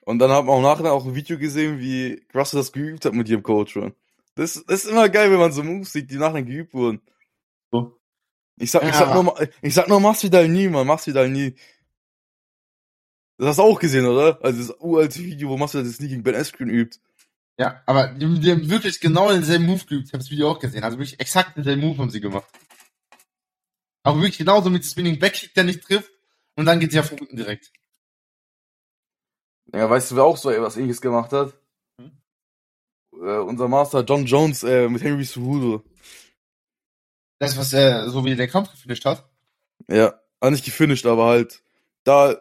Und dann hat man auch nachher auch ein Video gesehen, wie Russell das geübt hat mit ihrem Coach. Run. Das, das ist immer geil, wenn man so Moves sieht, die nachher geübt wurden. So. Ich sag, ich Ja. sag nur, ich sag nur, mach's wieder nie, Mann, mach's wieder nie. Das hast du auch gesehen, oder? Also das uralte Video, wo Masvidal das nie gegen Ben Askren übt. Ja, aber die, die haben wirklich genau denselben Move geübt. Ich habe das Video auch gesehen. Also wirklich exakt denselben Move haben sie gemacht. Aber wirklich genauso mit dem Spinning Backkick, der nicht trifft. Und dann geht sie auf den Rücken direkt. Ja, weißt du, wer auch so etwas ähnliches gemacht hat? Hm? Äh, unser Master John Jones äh, mit Henry Cejudo. Das, was er, so wie der Kampf gefinisht hat. Ja, ah, nicht gefinisht, aber halt da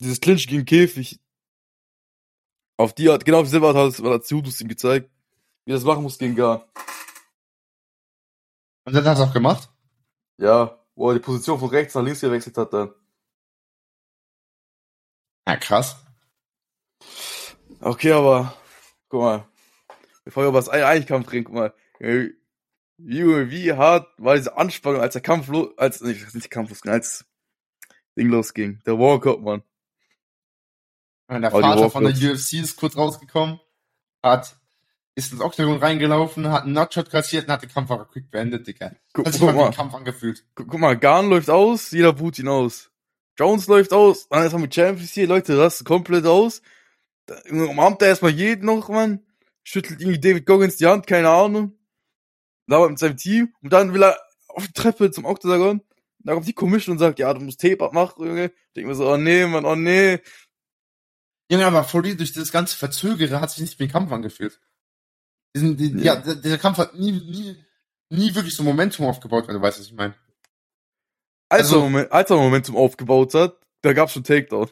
dieses Clinch gegen Käfig auf die Art, genau auf dieselbe Art hat es- hat Cejudo's ihm gezeigt, wie er das machen muss gegen Gar. Und dann hat er es auch gemacht. Ja, wo er die Position von rechts nach links gewechselt hat dann. Ja, krass. Okay, aber guck mal, bevor wir über das Ei- Eichkampf reden, guck mal, äh, Junge, wie hart war diese Anspannung, als der Kampf los, als nicht, nicht der Kampf losging, als Ding losging, der Walkout, Mann. Und der Oh, die Vater von der Warclubs. UFC ist kurz rausgekommen. Hat, ist ins Octagon reingelaufen, hat einen Nutshot kassiert und hat den Kampf aber quick beendet, Digga. Guck, Hat sich guck mal wie ein mal, Kampf angefühlt. guck, guck mal, Garn läuft aus, jeder boot ihn aus. Jones läuft aus, dann ist er mit Champions hier, Leute, rasten komplett aus. Da, umarmt er erstmal jeden noch, Mann. Schüttelt irgendwie David Goggins die Hand, keine Ahnung. Da mit seinem Team und dann will er auf die Treppe zum Oktagon. Da kommt die Commission und sagt, ja, du musst Tape abmachen, Junge. Ich denk mir so, oh nee, Mann, oh nee. Junge, aber Foley durch dieses ganze Verzögere hat sich nicht wie ein Kampf angefühlt. Diesen, die, ja. Ja. der, der Kampf hat nie, nie, nie wirklich so Momentum aufgebaut, wenn du weißt, was ich meine. Als, Also- er Moment, als er Momentum aufgebaut hat, da gab's schon Takedown.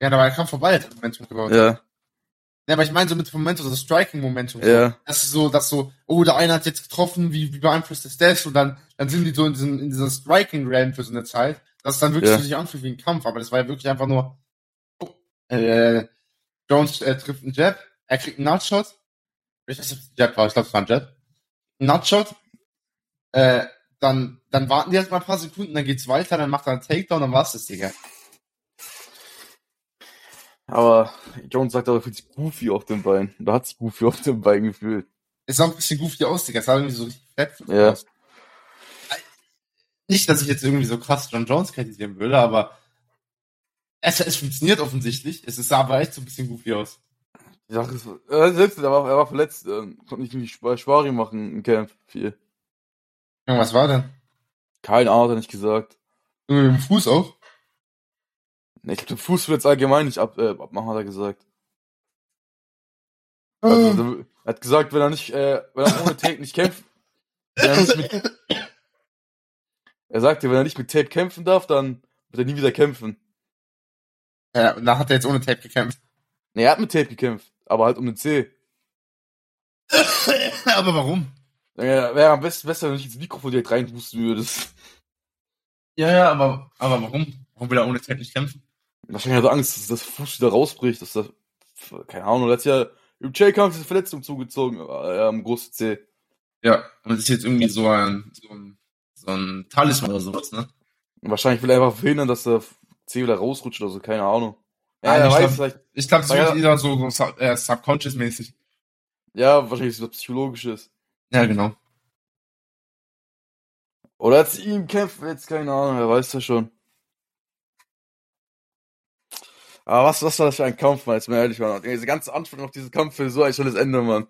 Ja, da war der Kampf vorbei, hat Momentum aufgebaut. Ja. Ja, aber ich meine so mit Momentum, das Striking-Momentum. ja. Das ist so, dass so, oh, der eine hat jetzt getroffen, wie, wie beeinflusst das das? Und dann, dann sind die so in diesem, in dieser Striking-Realm für so eine Zeit, dass es dann wirklich Ja. so sich anfühlt wie ein Kampf. Aber das war ja wirklich einfach nur, oh, äh, Jones äh, trifft einen Jab, er kriegt einen Nutshot. Ich weiß nicht, ob es ein Jab war, ich glaube, es war ein Jab. Ein Nutshot, äh, dann, dann warten die erstmal ein paar Sekunden, dann geht's weiter, dann macht er einen Takedown, dann war's das, Digga. Aber Jones sagt, er fühlt sich goofy auf dem Bein. Da hat sich goofy auf dem Bein gefühlt. Es sah ein bisschen goofy aus, Digga. Es sah irgendwie so richtig fett Ja. aus. Nicht, dass ich jetzt irgendwie so krass John Jones kritisieren würde, aber es, es funktioniert offensichtlich. Es sah aber echt so ein bisschen goofy aus. Die Sache ist, äh, selbst er war, er war verletzt, ähm, konnte nicht irgendwie Sp- Spari machen im Camp. Viel. Ja, was war denn? Keine Ahnung, hat er nicht gesagt. Irgendwie mit dem Fuß auch? Ne, Ich glaube, den Fuß wird's allgemein nicht ab, äh, abmachen, hat er gesagt. Ähm, Also, der- er hat gesagt, wenn er nicht, äh, wenn er ohne Tape nicht kämpft, wenn er nicht mit, er sagte, wenn er nicht mit Tape kämpfen darf, dann wird er nie wieder kämpfen. ja, und da hat er jetzt ohne Tape gekämpft. Ne, er hat mit Tape gekämpft, aber halt um den C. [LAUGHS] aber warum? Ja, Äh, wäre am besten besser, wenn ich ins Mikrofon direkt reinhusten würdest. Ja, ja, aber, aber warum? Warum will er ohne Tape nicht kämpfen? Wahrscheinlich hat er Angst, dass das Fuß wieder rausbricht, dass das, keine Ahnung, letztes Jahr im J-Kampf diese Verletzung zugezogen, äh, am großen C. Ja, und es ist jetzt irgendwie so ein, so ein, so ein Talisman oder sowas, ne? Und wahrscheinlich will er einfach verhindern, dass der C wieder rausrutscht oder so, keine Ahnung. Ja, Ah, er ich weiß glaub- vielleicht, Ich glaube, es Ja. wird wieder so, so sub, äh, subconscious-mäßig. ja, wahrscheinlich ist das Psychologisches. Ja, genau. Oder hat sie ihm kämpft, jetzt keine Ahnung, wer weiß das schon. Aber was, was war das für ein Kampf, Mann, jetzt mal ehrlich, Mann. Diese ganze Anfang auf diesen Kampf für so ein schönes Ende, Mann.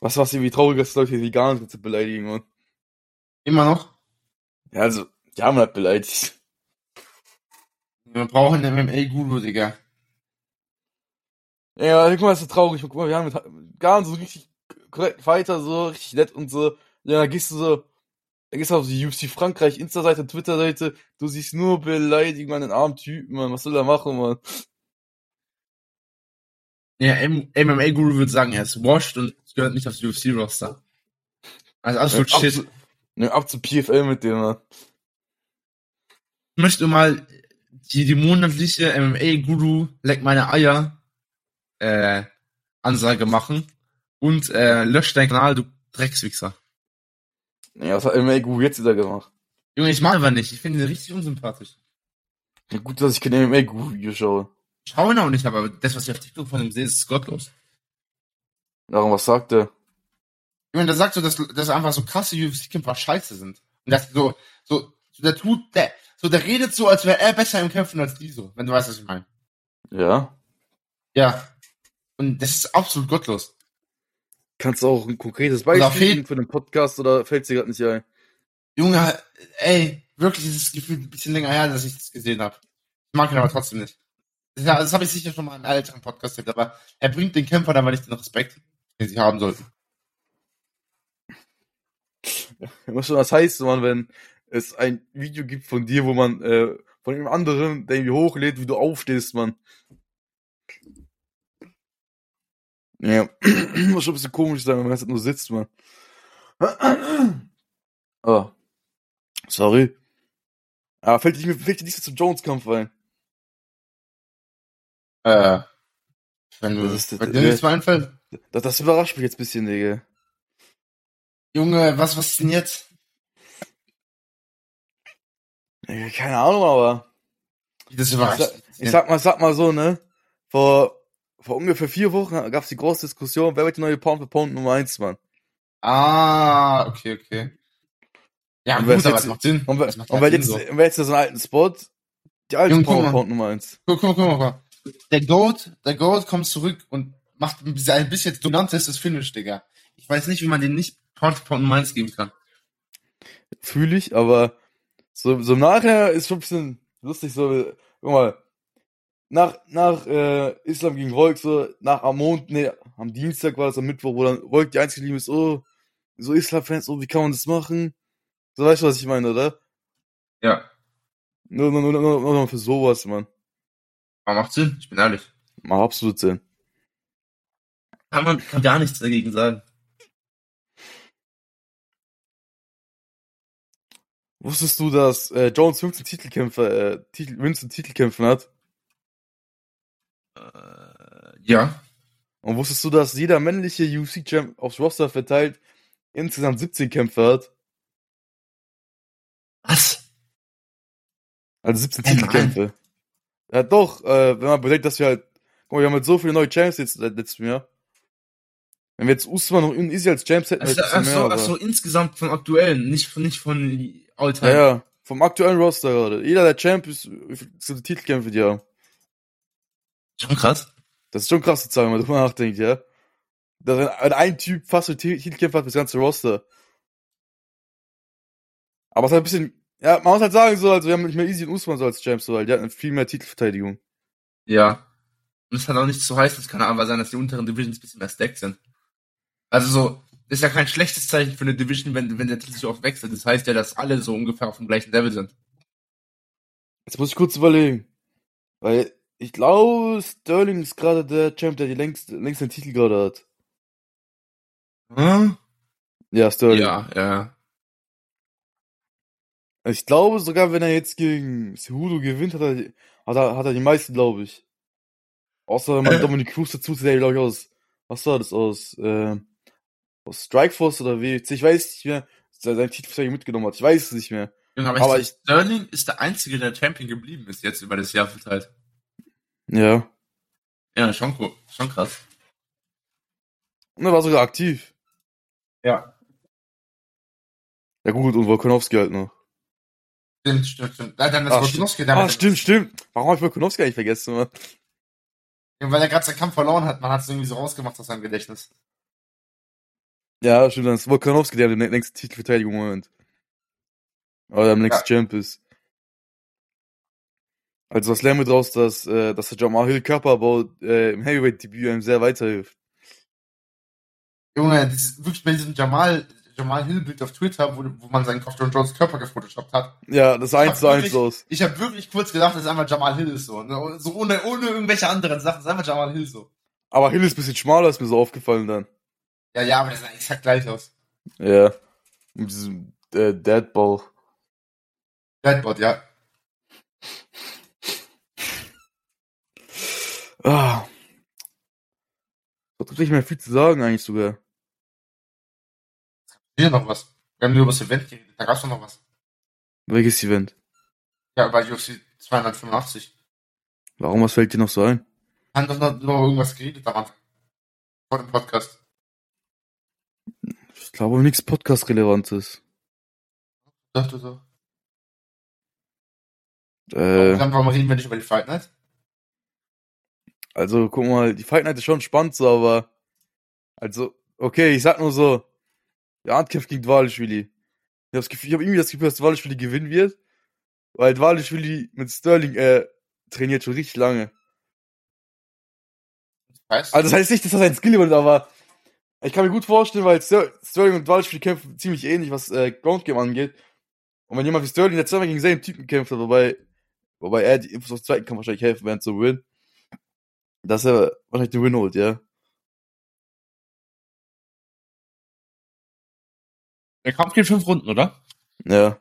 Was, was irgendwie traurig ist, Leute, die gar nicht zu beleidigen, Mann. Immer noch. Ja, also, die haben halt beleidigt. Wir brauchen einen MMA-Guru, Digga. Ja, guck mal, das ist so traurig. Guck mal, wir haben mit Garn so richtig korrekten Fighter, so richtig nett und so. Ja, dann gehst du so, dann gehst du auf die UFC Frankreich Insta-Seite, Twitter-Seite. Du siehst nur beleidigen, man, den armen Typen, man. Was soll er machen, man? Ja, MMA-Guru würde sagen, er ist washed und gehört nicht aufs UFC-Roster. Also absolut Ja, shit. absolut. Ne, ab zu PFL mit dem, man. Ich möchte mal die, die monatliche MMA-Guru leck meine Eier äh, Ansage machen und äh, lösch deinen Kanal, du Dreckswichser. Ja, was hat MMA Guru jetzt wieder gemacht? Junge, ich mag aber nicht. Ich finde ihn richtig unsympathisch. Ja, gut, dass ich kein MMA Guru Video schaue. Ich schaue ihn auch nicht, aber das, was ich auf TikTok von ihm sehe, ist gottlos. Darum, was sagt er? Ich meine, der sagt so, dass, dass einfach so krasse UFC-Kämpfer scheiße sind. Und das so, so, so der tut, der, so der redet so, als wäre er besser im Kämpfen als die so, wenn du weißt, was ich meine. Ja. Ja. Und das ist absolut gottlos. Kannst du auch ein konkretes Oder Beispiel fehlt- geben für den Podcast oder fällt dir gerade nicht ein? Junge, ey, wirklich dieses Gefühl ein bisschen länger her, dass ich das gesehen habe. Ich mag ihn aber trotzdem nicht. Das, das habe ich sicher schon mal in einem älteren Podcast gesagt, aber er bringt den Kämpfern aber nicht den Respekt, den sie haben sollten. Was schon das heißt, Mann, wenn es ein Video gibt von dir, wo man äh, von einem anderen, der irgendwie hochlädt, wie du aufstehst, Mann. Ja, [CLEARS THROAT] muss schon ein bisschen komisch sein, wenn man jetzt nur sitzt, Mann. [CLEARS THROAT] Oh. Sorry. Ah, fällt dir, fällt dir nichts zum Jones-Kampf ein? Äh, wenn, du, Das ist- wenn dir nichts mehr einfällt. Das, das überrascht mich jetzt ein bisschen, Digga. Junge, was, was ist denn jetzt? Digga, Keine Ahnung, aber Das Ich überrascht. sag- Ich sag mal, sag mal so, ne? Vor, vor ungefähr vier Wochen gab's die große Diskussion, wer wird die neue Pound for Pound Nummer eins, Mann? Ah, okay, okay. Ja, Und wer gut, ist aber jetzt- es macht Sinn. Und, wer- Es macht und halt wer Sinn jetzt, so. wer jetzt so einen alten Spot? Die alte Junge, guck Pound mal. for Pound Nummer eins. Guck, guck, guck, guck. Der Goat, der Goat kommt zurück und macht ein bisschen dominantes Finish, Digga. Ich weiß nicht, wie man den nicht Counterpoint und Mainz geben kann. Fühle ich, aber so, so nachher ist schon ein bisschen lustig, so, guck mal, nach, nach äh, Islam gegen Volk, so, nach am Montag, nee, am Dienstag war das am Mittwoch, wo dann Volk die einzige Liebe ist, oh, so Islam-Fans, oh, wie kann man das machen? So weißt du, was ich meine, oder? Ja, Nur, nur, nur, nur, nur noch für sowas, Mann. aber macht Sinn, ich bin ehrlich. Mal absolut Sinn. Kann man kann gar nichts dagegen sagen. Wusstest du, dass äh, Jones 15 Titelkämpfer, äh, Titel, Winston Titelkämpfen hat? Äh, ja, Und wusstest du, dass jeder männliche UFC-Champ aufs Roster verteilt insgesamt 17 Kämpfe hat? was? Also 17 Nein. Titelkämpfe. Ja doch, äh, wenn man bedenkt, dass wir halt, guck mal, wir haben halt so viele neue Champs jetzt seit letztem Jahr. Wenn wir jetzt Usman und Izzy als Champs hätten, Also, wäre es ein ach, bisschen so, mehr, ach aber- so, insgesamt von aktuellen, nicht von, nicht von Alltime. Ja, ja, vom aktuellen Roster gerade. Jeder der Champ ist, sind Titelkämpfe, die haben. Schon krass. Das ist schon krass, die Zahl, wenn man drüber nachdenkt, ja. Dass wenn, wenn ein Typ fast so Titel- Titelkämpfe hat, das ganze Roster. Aber es ist halt ein bisschen, ja, man muss halt sagen, so, also wir haben nicht mehr Easy und Usman so als Champs, so, weil die hatten viel mehr Titelverteidigung. Ja. Und es hat auch nichts zu heißen, es kann aber sein, dass die unteren Divisions ein bisschen mehr stacked sind. Also so, ist ja kein schlechtes Zeichen für eine Division, wenn, wenn der Titel so oft wechselt. Das heißt ja, dass alle so ungefähr auf dem gleichen Level sind. Jetzt muss ich kurz überlegen. Weil ich glaube, Sterling ist gerade der Champ, der die längste, längsten Titel gerade hat. Hm? Ja, Sterling. Ja, ja. Ich glaube sogar, wenn er jetzt gegen Cejudo gewinnt, hat er, hat er, hat er die meisten, glaube ich. Außer wenn man Äh. Dominic Cruz dazu zählt, glaube ich, aus, was war das, aus, ähm, aus Strikeforce oder WC, ich weiß nicht mehr, se- sein Titelverteidiger mitgenommen hat, ich weiß es nicht mehr. Genau, aber, Aber ich, Sterling ist der Einzige, der Champion geblieben ist jetzt über das Jahr verteilt. Ja. Ja, schon, cool. schon krass. Und er war sogar aktiv. Ja. Ja gut, und Volkanovski halt noch. Stimmt, stimmt, stimmt. Nein, dann ist Ah, Wojnowski Ah, damit. stimmt, stimmt. Warum habe ich Volkanovski eigentlich vergessen, Mann? Ja, weil er gerade seinen Kampf verloren hat. Man hat es irgendwie so rausgemacht aus seinem Gedächtnis. Ja, stimmt, dann ist Volkanovski der, der längste Titelverteidigung im Moment. Oder der nächste Champ ist. Also was lernen wir draus, dass, äh, dass der Jamal Hill Körperbau äh, im Heavyweight-Debüt einem sehr weiterhilft. Junge, dieses, wirklich bei diesem Jamal, Jamal Hill-Bild auf Twitter, wo, wo man seinen Kopf John Jones Körper gefotoshoppt hat. Ja, das sah Fuck, eins zu eins wirklich? aus. Ich habe wirklich kurz gedacht, dass es einmal Jamal Hill ist so. Ne? So ohne, ohne irgendwelche anderen Sachen, es ist einfach Jamal Hill so. Aber Hill ist ein bisschen schmaler, ist mir so aufgefallen dann. Ja, ja, aber das sah exakt gleich aus. Ja. Mit diesem äh, Deadball. Deadbot, ja. Ah. Da gibt nicht mehr viel zu sagen eigentlich sogar. Hier noch was. Wir haben nur über das Event geredet, da gab's doch noch was. Welches Event? Ja, bei UFC 285. Warum, was fällt dir noch so ein? Wir haben doch noch über irgendwas geredet daran. Vor dem Podcast. Ich glaube nichts Podcast-Relevantes. Dachte so. Äh, Dann warum reden wir nicht über die Fight Night? Also, guck mal, die Fight Night ist schon spannend, so, aber. Also, okay, ich sag nur so. Der Artkämpf gegen Dwalischwili. Ich hab, das Gefühl, ich hab irgendwie das Gefühl, dass Dwalischwili gewinnen wird. Weil Dwalischwili mit Sterling, äh, trainiert schon richtig lange. Weißt du? Also, das heißt nicht, dass das ein Skill wird, aber. Ich kann mir gut vorstellen, weil Ster Sterling und Dwalischwili kämpfen ziemlich ähnlich, was, äh, Ground Game angeht. Und wenn jemand wie Sterling jetzt zweimal gegen selben Typen kämpft, hat, wobei, wobei er die Infos aus dem zweiten Kampf wahrscheinlich helfen werden zu Win, dass er wahrscheinlich den Win holt, ja. Der Kampf geht fünf Runden, oder? Ja.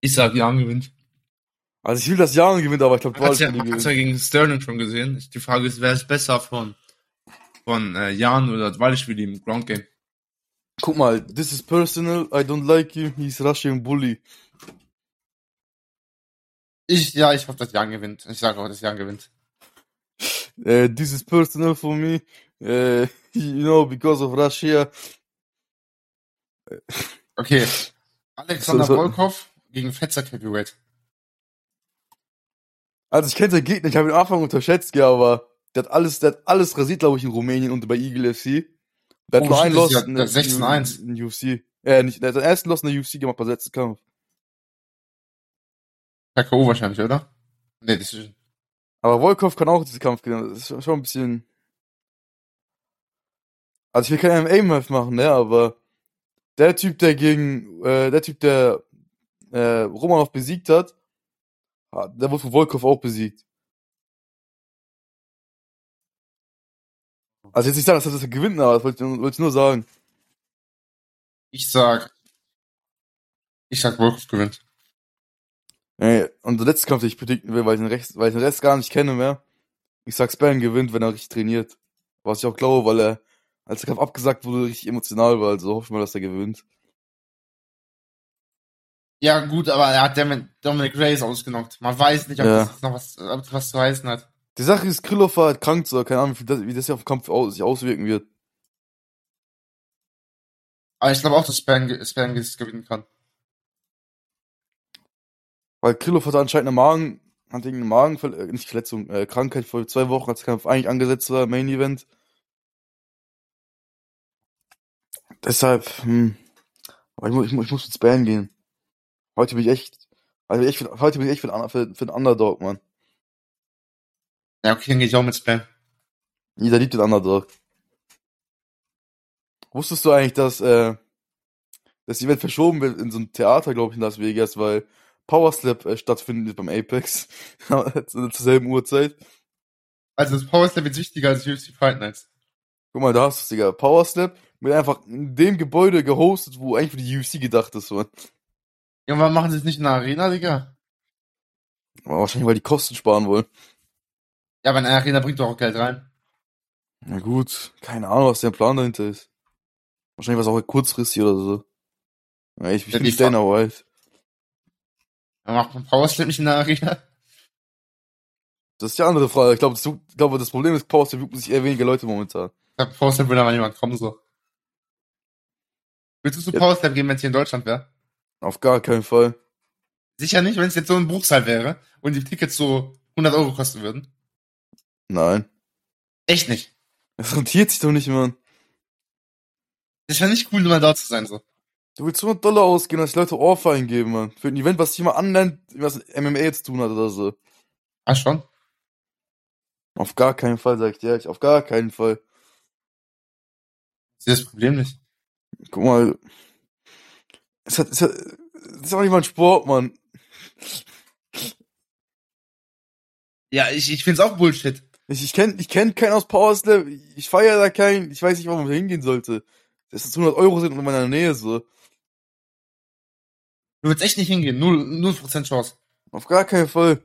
Ich sag, Jan gewinnt. Also ich will, dass Jahren gewinnt, aber ich glaube, Man hat's Dwalisch ja, ja, man hat's gewinnt. ja gegen Sterling schon gesehen. Die Frage ist, wer ist besser von, von äh, Jan oder Dwalischvili im Ground Game? Guck mal, this is personal, I don't like him, he's Russian bully. Ich, ja, ich hoffe, dass Jan gewinnt. Ich sage auch, dass Jan gewinnt. Äh, this is personal for me, äh, [LAUGHS] you know, because of Russia. Okay. Alexander So, so- Volkov gegen Fetzer Heavyweight. Also ich kenne seinen Gegner, ich habe ihn am Anfang unterschätzt, ja, aber der hat alles, der hat alles rasiert, glaube ich, in Rumänien und bei Eagle FC. Der hat Oh, nur shit, einen das Loss ist ja- in, das ist 6 und 1. in, in UFC. Äh, nicht, der hat seinen ersten Loss in der UFC gemacht beim letzten Kampf. KO wahrscheinlich, oder? Nee, das ist. Aber Volkov kann auch diesen Kampf gewinnen. Das ist schon- schon ein bisschen. Also ich will kein MMA mehr machen, ne? Aber der Typ, der gegen, äh, der Typ, der äh, Romanov besiegt hat, ah, der wurde von Volkov auch besiegt. Also jetzt nicht sagen, dass er das gewinnt, aber das wollte ich, wollte ich nur sagen. Ich sag. Ich sag, Volkov gewinnt. Ey, und der letzte Kampf, den ich predikten will, weil ich den Rest, weil ich den Rest gar nicht kenne mehr. Ich sag, Span gewinnt, wenn er richtig trainiert. Was ich auch glaube, weil er, als der Kampf abgesagt wurde, richtig emotional war. Also hoffe ich mal, dass er gewinnt. Ja, gut, aber er hat Dam- Dominic Reyes ausgenockt. Man weiß nicht, ob Ja. das jetzt noch was, ob das was zu heißen hat. Die Sache ist, Krylov war halt krank, so keine Ahnung, wie das, wie das hier auf den Kampf aus, sich auswirken wird. Aber ich glaube auch, dass Span gewinnen kann. Weil Krylov hatte anscheinend eine Magen, hat irgendeine Magenver äh, nicht Verletzung, äh, Krankheit vor zwei Wochen, als der Kampf eigentlich angesetzt war, Main Event. Deshalb, hm. Aber ich muss, ich muss, ich muss mit Span gehen. Heute bin ich echt, also ich, bin- heute bin ich echt für den, für, für den Underdog, Mann. Ja, okay, dann gehe ich auch mit Span. Jeder liebt den Underdog. Wusstest du eigentlich, dass, äh, das Event verschoben wird in so ein Theater, glaube ich, in Las Vegas, weil Power Slap äh, stattfindet beim Apex. [LAUGHS] Zur selben Uhrzeit. Also das Power Slam wird wichtiger als UFC Fight Nights. Guck mal, da hast du es, Digga. Power Slap wird einfach in dem Gebäude gehostet, wo eigentlich für die UFC gedacht ist, Mann. Ja, warum machen sie es nicht in der Arena, Digga? Aber wahrscheinlich, weil die Kosten sparen wollen. Ja, aber in der Arena bringt doch auch Geld rein. Na gut, keine Ahnung, was der Plan dahinter ist. Wahrscheinlich war es auch kurzfristig oder so. Ja, ich Ja, bin die nicht Fa- Dana White. Dann macht man Power Slam nicht in der Arena. Das ist die andere Frage. Ich glaube, das, ich glaube, das Problem ist, Power Slap jucken sich eher weniger Leute momentan. Ich glaub, Power Slam würde aber niemand kommen, so. Würdest du zu Ja. Power Slam gehen, wenn es hier in Deutschland wäre? Auf gar keinen Fall. Sicher nicht, wenn es jetzt so ein Bruchsal wäre und die Tickets so 100 Euro kosten würden. Nein. Echt nicht. Das rentiert sich doch nicht, Mann. Das wäre nicht cool, nur mal da zu sein, so. Du willst 100 Dollar ausgehen, dass die Leute Ohrfeigen geben, Mann. Für ein Event, was sich jemand annimmt, was mit MMA zu tun hat oder so. Ah, schon? Auf gar keinen Fall, sag ich dir ehrlich. Auf gar keinen Fall. Ich sehe das Problem nicht. Guck mal. Es hat, es hat, es ist auch nicht mal ein Sport, Mann. Ja, ich, ich find's auch Bullshit. Ich, ich kenn, ich kenn keinen aus Power Slam. Ich feiere da keinen. Ich weiß nicht, warum ich da hingehen sollte. Dass das 100 Euro sind und in meiner Nähe so. Du würdest echt nicht hingehen. Null, null Prozent Chance. Auf gar keinen Fall.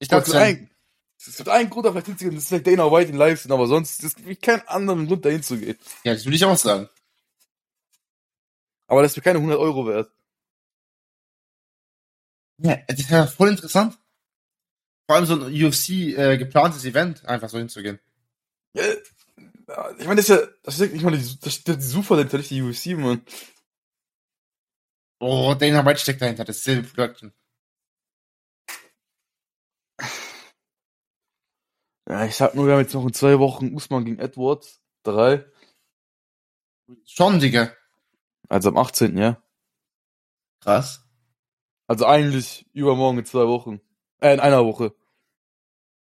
Ich Das dachte, ist ein, es gibt einen Grund, aber vielleicht hinzugehen, das ist vielleicht Dana White in Livestream, aber sonst es gibt keinen anderen Grund, dahin zu gehen. ja, das würde ich auch sagen. Aber das ist mir keine 100 Euro wert. Ja, das wäre voll interessant. Vor allem so ein UFC äh, geplantes Event, einfach so hinzugehen. Ja, Ich meine, das ist ja, das ist nicht mal die, das ist die Super dahinter, nicht die UFC, Mann. Oh, Dana White steckt dahinter, das Silver Production. Ja, ich sag nur, wir haben jetzt noch in zwei Wochen Usman gegen Edwards. Drei. Schon, Digga. Also am 18., ja. Krass. Also eigentlich übermorgen in zwei Wochen. Äh, in einer Woche.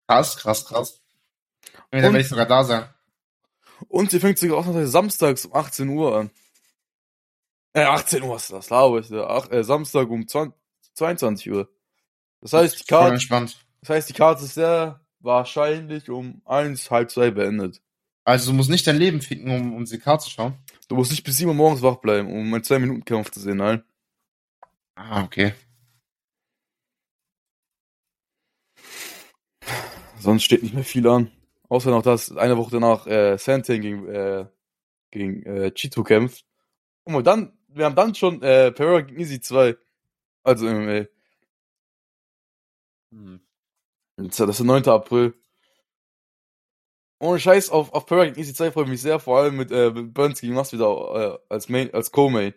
Krass, krass, krass. Ja, dann Und- werde ich sogar da sein. Und sie fängt sogar auch noch samstags um 18 Uhr an. Äh, 18 Uhr ist das, glaube ich. ne? Ach, äh, Samstag um 20, 22 Uhr. Das heißt, die Voll Karte, entspannt. das heißt, die Karte ist sehr wahrscheinlich um eins, halb zwei beendet. Also du musst nicht dein Leben ficken, um, um die Karte zu schauen. Du musst nicht bis 7 Uhr morgens wach bleiben, um einen 2-Minuten-Kampf zu sehen, nein. Ah, okay. Sonst steht nicht mehr viel an. Außer noch, dass eine Woche danach äh, Santin gegen, äh, gegen äh, Chito kämpft. Guck mal, dann, wir haben dann schon äh, Pereira gegen Easy 2. Also MMA. Hm. Das ist der 9. April. Ohne Scheiß, auf, auf Pereira gegen Easy 2 freue ich mich sehr, vor allem mit äh, mit Burns gegen Mas wieder äh, als, Main- als Co-Main.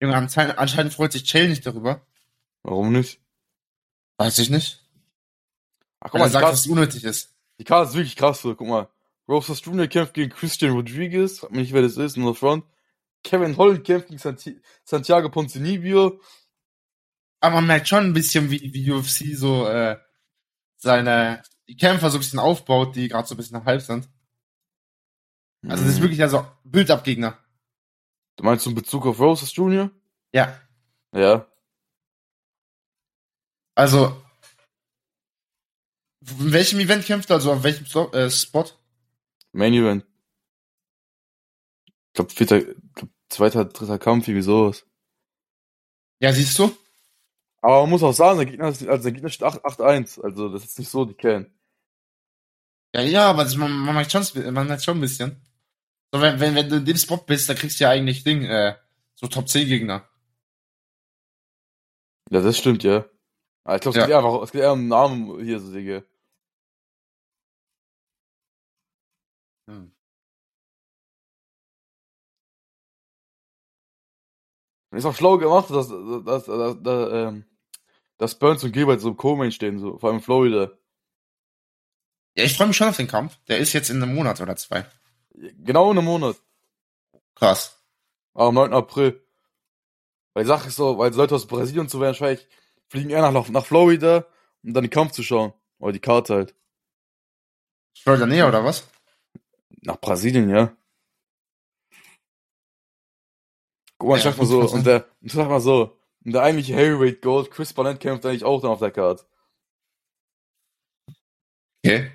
Junge, anscheinend, anscheinend freut sich Chael nicht darüber. Warum nicht? Weiß ich nicht. Ach, guck Weil er mal, die sagt, Karte, dass es unnötig ist. die Karte ist wirklich krass, so, guck mal. Rosas Jr. kämpft gegen Christian Rodriguez, frag mich nicht, wer das ist, in der Front. Kevin Holland kämpft gegen Santi Santiago Ponzinibbio. Aber man merkt schon ein bisschen, wie, wie UFC so äh, seine die Kämpfer so ein bisschen aufbaut, die gerade so ein bisschen halb sind. Also das ist wirklich also Build-Up-Gegner. Du meinst du in Bezug auf Rosas Jr.? Ja. Ja. Also in welchem Event kämpft er? Also auf welchem so äh, Spot? Main Event. Ich glaube, vierter, glaub, zweiter, dritter Kampf, irgendwie sowas. Ja, siehst du? Aber man muss auch sagen, der Gegner, ist, also der Gegner steht 8 8-1. Also, das ist nicht so die Kern. Ja, ja, aber das, man, man merkt schon, man merkt schon ein bisschen. So, wenn, wenn, wenn du in dem Spot bist, dann kriegst du ja eigentlich Ding, äh, so Top 10 Gegner. Ja, das stimmt, ja. Aber ich glaube, es Ja. geht eher einfach, es geht eher um Namen hier, so Dinge. Hm. Und Ist auch schlau gemacht, dass, dass, dass, dass, dass, ähm, dass Burns und Gilbert so im Co-Main stehen, so, vor allem in Florida. Ja, ich freue mich schon auf den Kampf. Der ist jetzt in einem Monat oder zwei. Genau in einem Monat. Krass. Ah, Am 9. April. Weil die Sache ist so, weil die Leute aus Brasilien und so werden wahrscheinlich fliegen eher nach, nach Florida, um dann den Kampf zu schauen. Oder die Karte halt. Florida näher oder was? Nach Brasilien, ja. Guck mal, ich Ja, sag mal so, interessant. und der, ich sag mal so, und der eigentliche Heavyweight Gold, Chris Ballant kämpft eigentlich auch dann auf der Karte. Okay.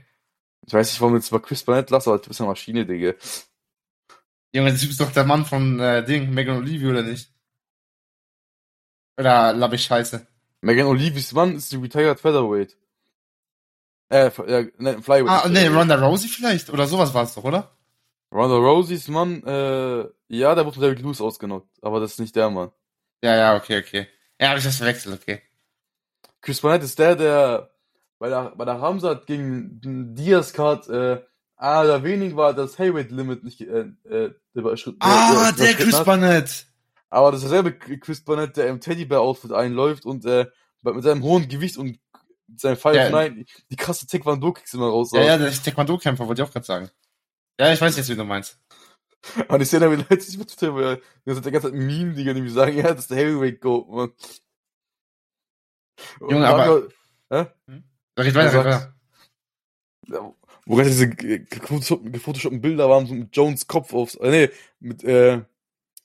Ich weiß nicht, warum du jetzt über Chris Ballant lachst, aber du bist eine Maschine, Digga. Junge, du bist doch der Mann von äh, Ding, Megan Olivia oder nicht? Oder labe ich scheiße? Megan Olivis Mann ist die retired Featherweight. Äh, F- äh nein, Flyweight. Ah, nee, Ronda. Ronda Rousey vielleicht? Oder sowas war es doch, oder? Ronda Rosies Mann, äh, ja, der wurde von Derrick Lewis ausgenockt, aber das ist nicht der Mann. Ja, ja, okay, okay. Ja, hab ich das verwechselt, okay. Chris Barnett ist der, der bei der, bei der Hamzat gegen den Diaz Card äh, einer der wenigen war, der das Heavyweight Limit nicht äh, äh, überschritten Ah, überschritten der Chris hat. Barnett. Aber das ist derselbe Chris Barnett, der im Teddybär-Outfit einläuft und äh, mit seinem hohen Gewicht und seinem Five Ja. Nine die krasse Taekwondo-Kicks immer raus. Ja, ja, der ist Taekwondo-Kämpfer, wollte ich auch gerade sagen. Ja, ich weiß jetzt, wie du meinst. Und ich sehe da wieder Leute, die mit Twitter, weil das sind die ganze Zeit Meme, die irgendwie sagen, ja, das ist der Heavyweight Goat, Mann. Und Junge, Mario- aber- So, red weiter, Ja, red weiter. Ja, wo gerade diese ge- gefotoshoppten gefotoshoppten Bilder waren, so mit Jones Kopf aufs, äh, nee, mit, äh,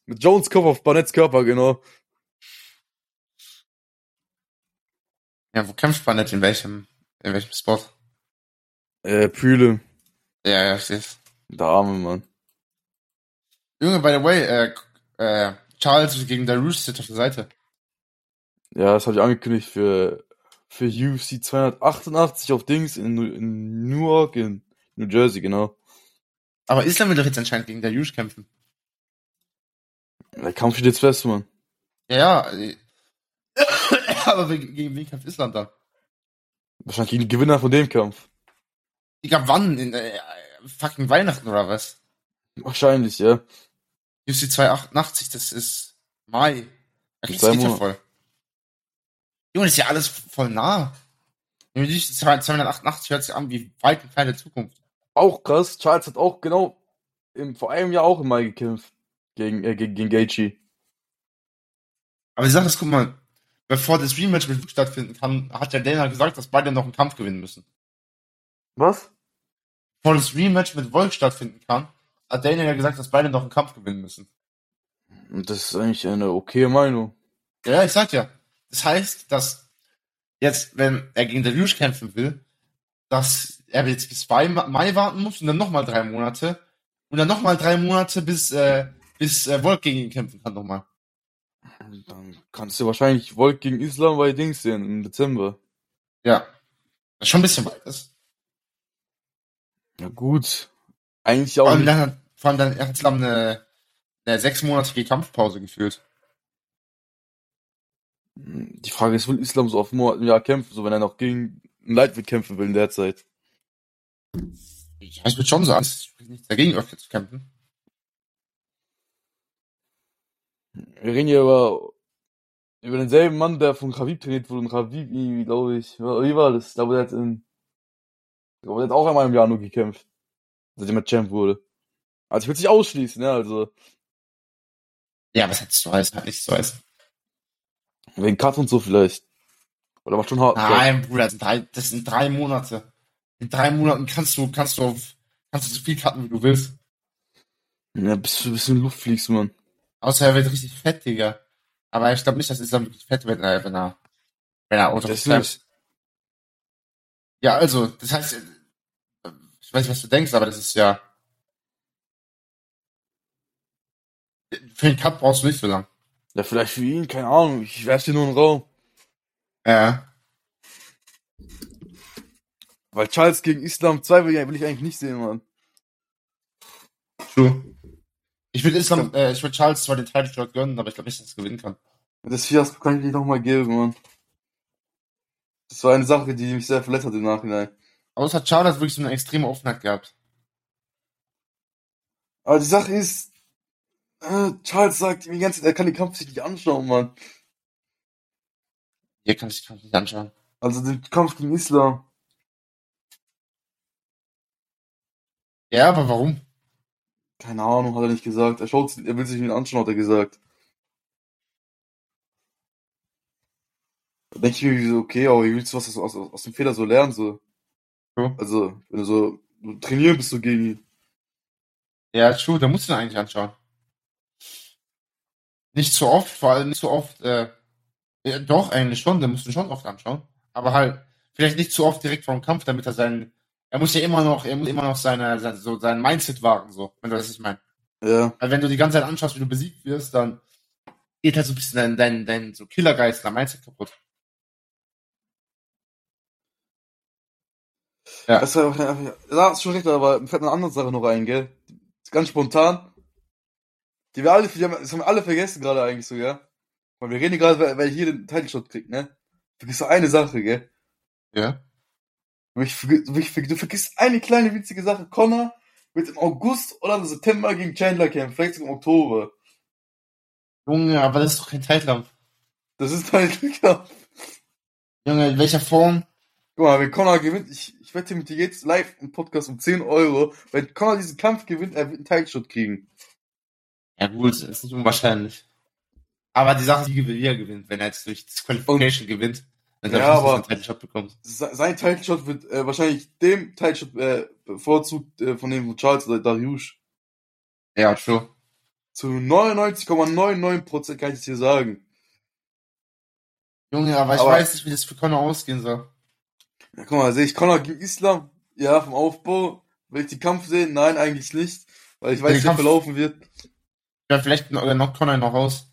mit Jones Kopf auf Barnetts Körper, genau. Ja, wo kämpft Barnett? In welchem, in welchem Spot? Äh, Pühle. Ja, ja, ich seh's. Der arme Mann. Junge, by the way, äh, äh, Charles gegen Darius sitzt auf der Seite. Ja, das habe ich angekündigt für, für UFC 288 auf Dings in, New- in Newark, in New Jersey, genau. Aber Islam will doch jetzt anscheinend gegen Darius kämpfen. Der Kampf steht jetzt fest, Mann. Ja, ja. äh, [COUGHS] Aber we- gegen wen kämpft Islam dann? Wahrscheinlich gegen den Gewinner von dem Kampf. Digga, wann? In, äh, fucking Weihnachten oder was? Wahrscheinlich, ja. UFC 288, das ist Mai. Da In kriegst zwei du ja Monaten. voll. Junge, das ist ja alles voll nah. Junge, die 288 hört sich an wie weit entfernte Zukunft. Auch krass, Charles hat auch genau im, vor einem Jahr auch im Mai gekämpft. Gegen, äh, gegen, gegen Gaethje. Aber die Sache ist, guck mal, bevor das Rematch mit Luke stattfinden kann, hat ja Dana gesagt, dass beide noch einen Kampf gewinnen müssen. Was? Bevor das Rematch mit Volk stattfinden kann, hat Dana ja gesagt, dass beide noch einen Kampf gewinnen müssen. Und das ist eigentlich eine okaye Meinung. Ja, ja, ich sag ja. Das heißt, dass jetzt, wenn er gegen Darius kämpfen will, dass er jetzt bis Mai- Mai warten muss und dann nochmal drei Monate und dann nochmal drei Monate, bis, äh, bis äh, Volk gegen ihn kämpfen kann nochmal. Dann kannst du wahrscheinlich Volk gegen Islam bei Dings sehen im Dezember. Ja. Was schon ein bisschen weit ist. Ja gut. Eigentlich Vor auch allem nicht. dann, hat- vor allem dann hat Islam eine, eine sechsmonatige Kampfpause geführt. Die Frage ist, will Islam so auf einen Monat im Jahr kämpfen, so wenn er noch gegen einen Lightweight kämpfen will in der Zeit? Ja, ich würde schon sagen, es spricht nichts dagegen, öfter zu kämpfen. Wir reden hier über, über denselben Mann, der von Khabib trainiert wurde. Und Khabib, irgendwie, glaube ich, ja, wie war das? Ich glaube, der hat in, ich glaube, der hat auch einmal im Jahr nur gekämpft. seitdem er Champ wurde. Also ich will es nicht ausschließen, ne? Also Ja, was hat's zu heißen? Hat nichts zu heißen. wegen Cut und so vielleicht. Oder macht schon hart. Nein, Bruder, das sind drei, das sind drei Monate. In drei Monaten kannst du, kannst du auf, kannst du so viel cutten, wie du willst. Ja, bis du ein bisschen Luft fliegst, Mann. Außer er wird richtig fett, Digga. Aber ich glaube nicht, dass Islam wirklich fett wird, wenn er, wenn er, wenn er out of Das time- ist halt Ja, also, das heißt, äh, ich weiß nicht, was du denkst, aber das ist ja. Für den Cut brauchst du nicht so lang. ja, vielleicht für ihn, keine Ahnung. Ich werf dir nur einen Raum. Ja. Weil Charles gegen Islam 2 will ich will ich eigentlich nicht sehen, Mann. True. Ich will Islam, äh, ich will Charles zwar den Title Shot gönnen, aber ich glaube nicht, dass er es gewinnen kann. Das Fiasko kann ich nicht nochmal geben, Mann. Das war eine Sache, die mich sehr verletzt hat im Nachhinein. Außer Charles hat wirklich so eine extreme Offenheit gehabt. Aber die Sache ist, äh, Charles sagt ihm die ganze Zeit, er kann den Kampf sich nicht anschauen, Mann. Hier kann ich, kann ich nicht anschauen. Also den Kampf gegen Islam. Ja, aber warum? Keine Ahnung, hat er nicht gesagt. Er schaut, er will sich ihn anschauen, hat er gesagt. Da denke ich mir so, okay, aber wie willst du was aus, aus, aus dem Fehler so lernen, so? Ja. Also, wenn du so du trainieren bist, so gegen ihn. Ja, true, da musst du ihn eigentlich anschauen. Nicht so oft, vor allem nicht so oft, äh, ja, doch, eigentlich schon, da musst du ihn schon oft anschauen. Aber halt, vielleicht nicht zu oft direkt vor dem Kampf, damit er seinen, er muss ja immer noch, er muss immer noch seine, sein, so sein Mindset wahren, so, wenn du das nicht meinst. Ja, Weil Also wenn du die ganze Zeit anschaust, wie du besiegt wirst, dann geht halt so ein bisschen dein, dein, dein so Killergeist, dein Mindset kaputt. Ja. das war einfach, einfach, da hast du schon recht, aber mir fällt eine andere Sache noch ein, gell? Ganz spontan. Die wir alle, die haben, das haben wir alle vergessen gerade eigentlich so, ja? Weil wir reden hier gerade, wer, wer hier den Title-Shot kriegt, ne? Vergiss doch eine Sache, gell? Ja. Ich, verge- ich, verge- du vergisst eine kleine witzige Sache. Connor wird im August oder im September gegen Chandler kämpfen, vielleicht sogar im Oktober. Junge, aber das ist doch kein Zeitlampf. Das ist halt, [LAUGHS] guck Junge, in welcher Form? mal, wenn Connor gewinnt, ich, ich wette mit dir jetzt live im Podcast um 10 Euro, wenn Connor diesen Kampf gewinnt, er wird einen Teilshot kriegen. Ja gut, ist nicht unwahrscheinlich. Aber die Sache, die er gewinnt, wenn er jetzt durch Disqualification gewinnt, dann Ja, glaube ich aber- nicht, dass er einen Title Shot bekommt. Se- Sein Teilshot wird äh, wahrscheinlich dem Teilshot äh, bevorzugt äh, von dem von Charles oder Darius. Ja, true. Zu 99,99% kann ich es dir sagen. Junge, aber ich Aber- weiß nicht, wie das für Connor ausgehen soll. Ja, guck mal, sehe ich Connor gegen Islam? Ja, vom Aufbau. Will ich den Kampf sehen? Nein, eigentlich nicht. Weil ich Den weiß, wie er Kampf- verlaufen wird. Ja, vielleicht knockt Connor ihn noch raus.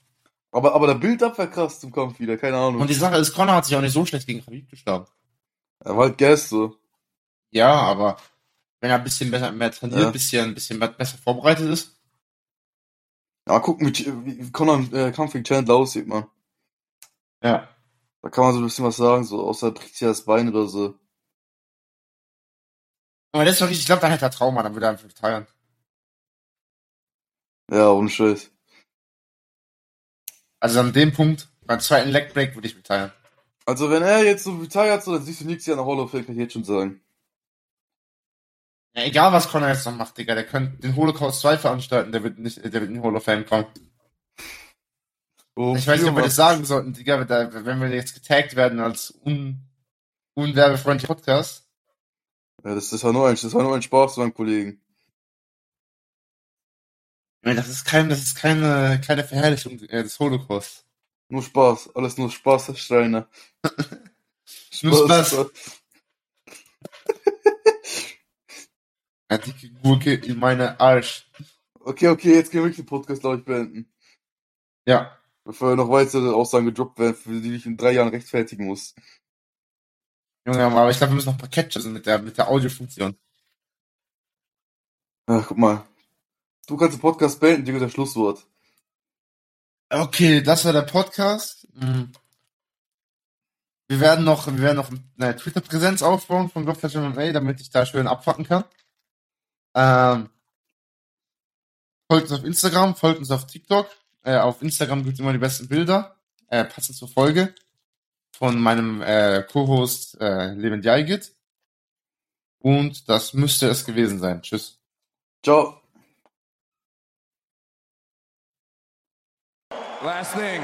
Aber, aber der Build-Up war krass zum Kampf wieder, keine Ahnung. Und die Sache ist, Connor hat sich auch nicht so schlecht gegen Khabib geschlagen. er war halt Gas so. Ja, aber wenn er ein bisschen besser, mehr trainiert, Ja. ein bisschen, ein bisschen mehr, besser vorbereitet ist. Ja, mal gucken, wie, Ch- wie Conor im äh, Kampf gegen Chandler aussieht, man. Ja. Da kann man so ein bisschen was sagen, so, außer bricht sich das Bein oder so. Aber das ist doch richtig, ich glaube, dann hätte er Trauma, dann würde er einfach retiren. Ja, ohne Scheiß. Also an dem Punkt, beim zweiten Leg Break würde ich retiren. Also, wenn er jetzt so retired, so, dann siehst du nichts hier an der Hall of Fame, kann ich jetzt schon sagen. Ja, egal was Connor jetzt noch macht, Digga, der könnte den Holocaust 2 veranstalten, der wird nicht, der wird in den Hall of Fame kommen. Oh, Ich weiß nicht, ob wir Mann. das sagen sollten, Digga, da- wenn wir jetzt getaggt werden als un, unwerbefreundlicher Podcast. Ja, das, das war nur ein, das war nur ein Spaß zu meinem Kollegen. Ja, Das ist kein, das ist keine, keine Verherrlichung äh, des Holocaust. Nur Spaß, alles nur Spaß, Herr Schreiner. [LAUGHS] Nur Spaß. Ja, dicke Gurke in meine Arsch. Okay, okay, jetzt können wir wirklich den Podcast, glaube ich, beenden. Ja. Bevor noch weitere Aussagen gedroppt werden, für die ich in drei Jahren rechtfertigen muss. Junge, aber ich glaube, wir müssen noch ein paar Catches mit der, mit der Audiofunktion. Ach, guck mal. Du kannst den Podcast beenden, Digga, das Schlusswort. Okay, das war der Podcast. Mhm. Wir werden noch, wir werden noch eine Twitter-Präsenz aufbauen von Godflesh MMA, damit ich da schön abfacken kann. Ähm, folgt uns auf Instagram, folgt uns auf TikTok. Äh, auf Instagram gibt es immer die besten Bilder, äh, passend zur Folge von meinem äh, Co-Host äh, Levent Jaigit. Und das müsste es gewesen sein. Tschüss. Ciao. Last thing.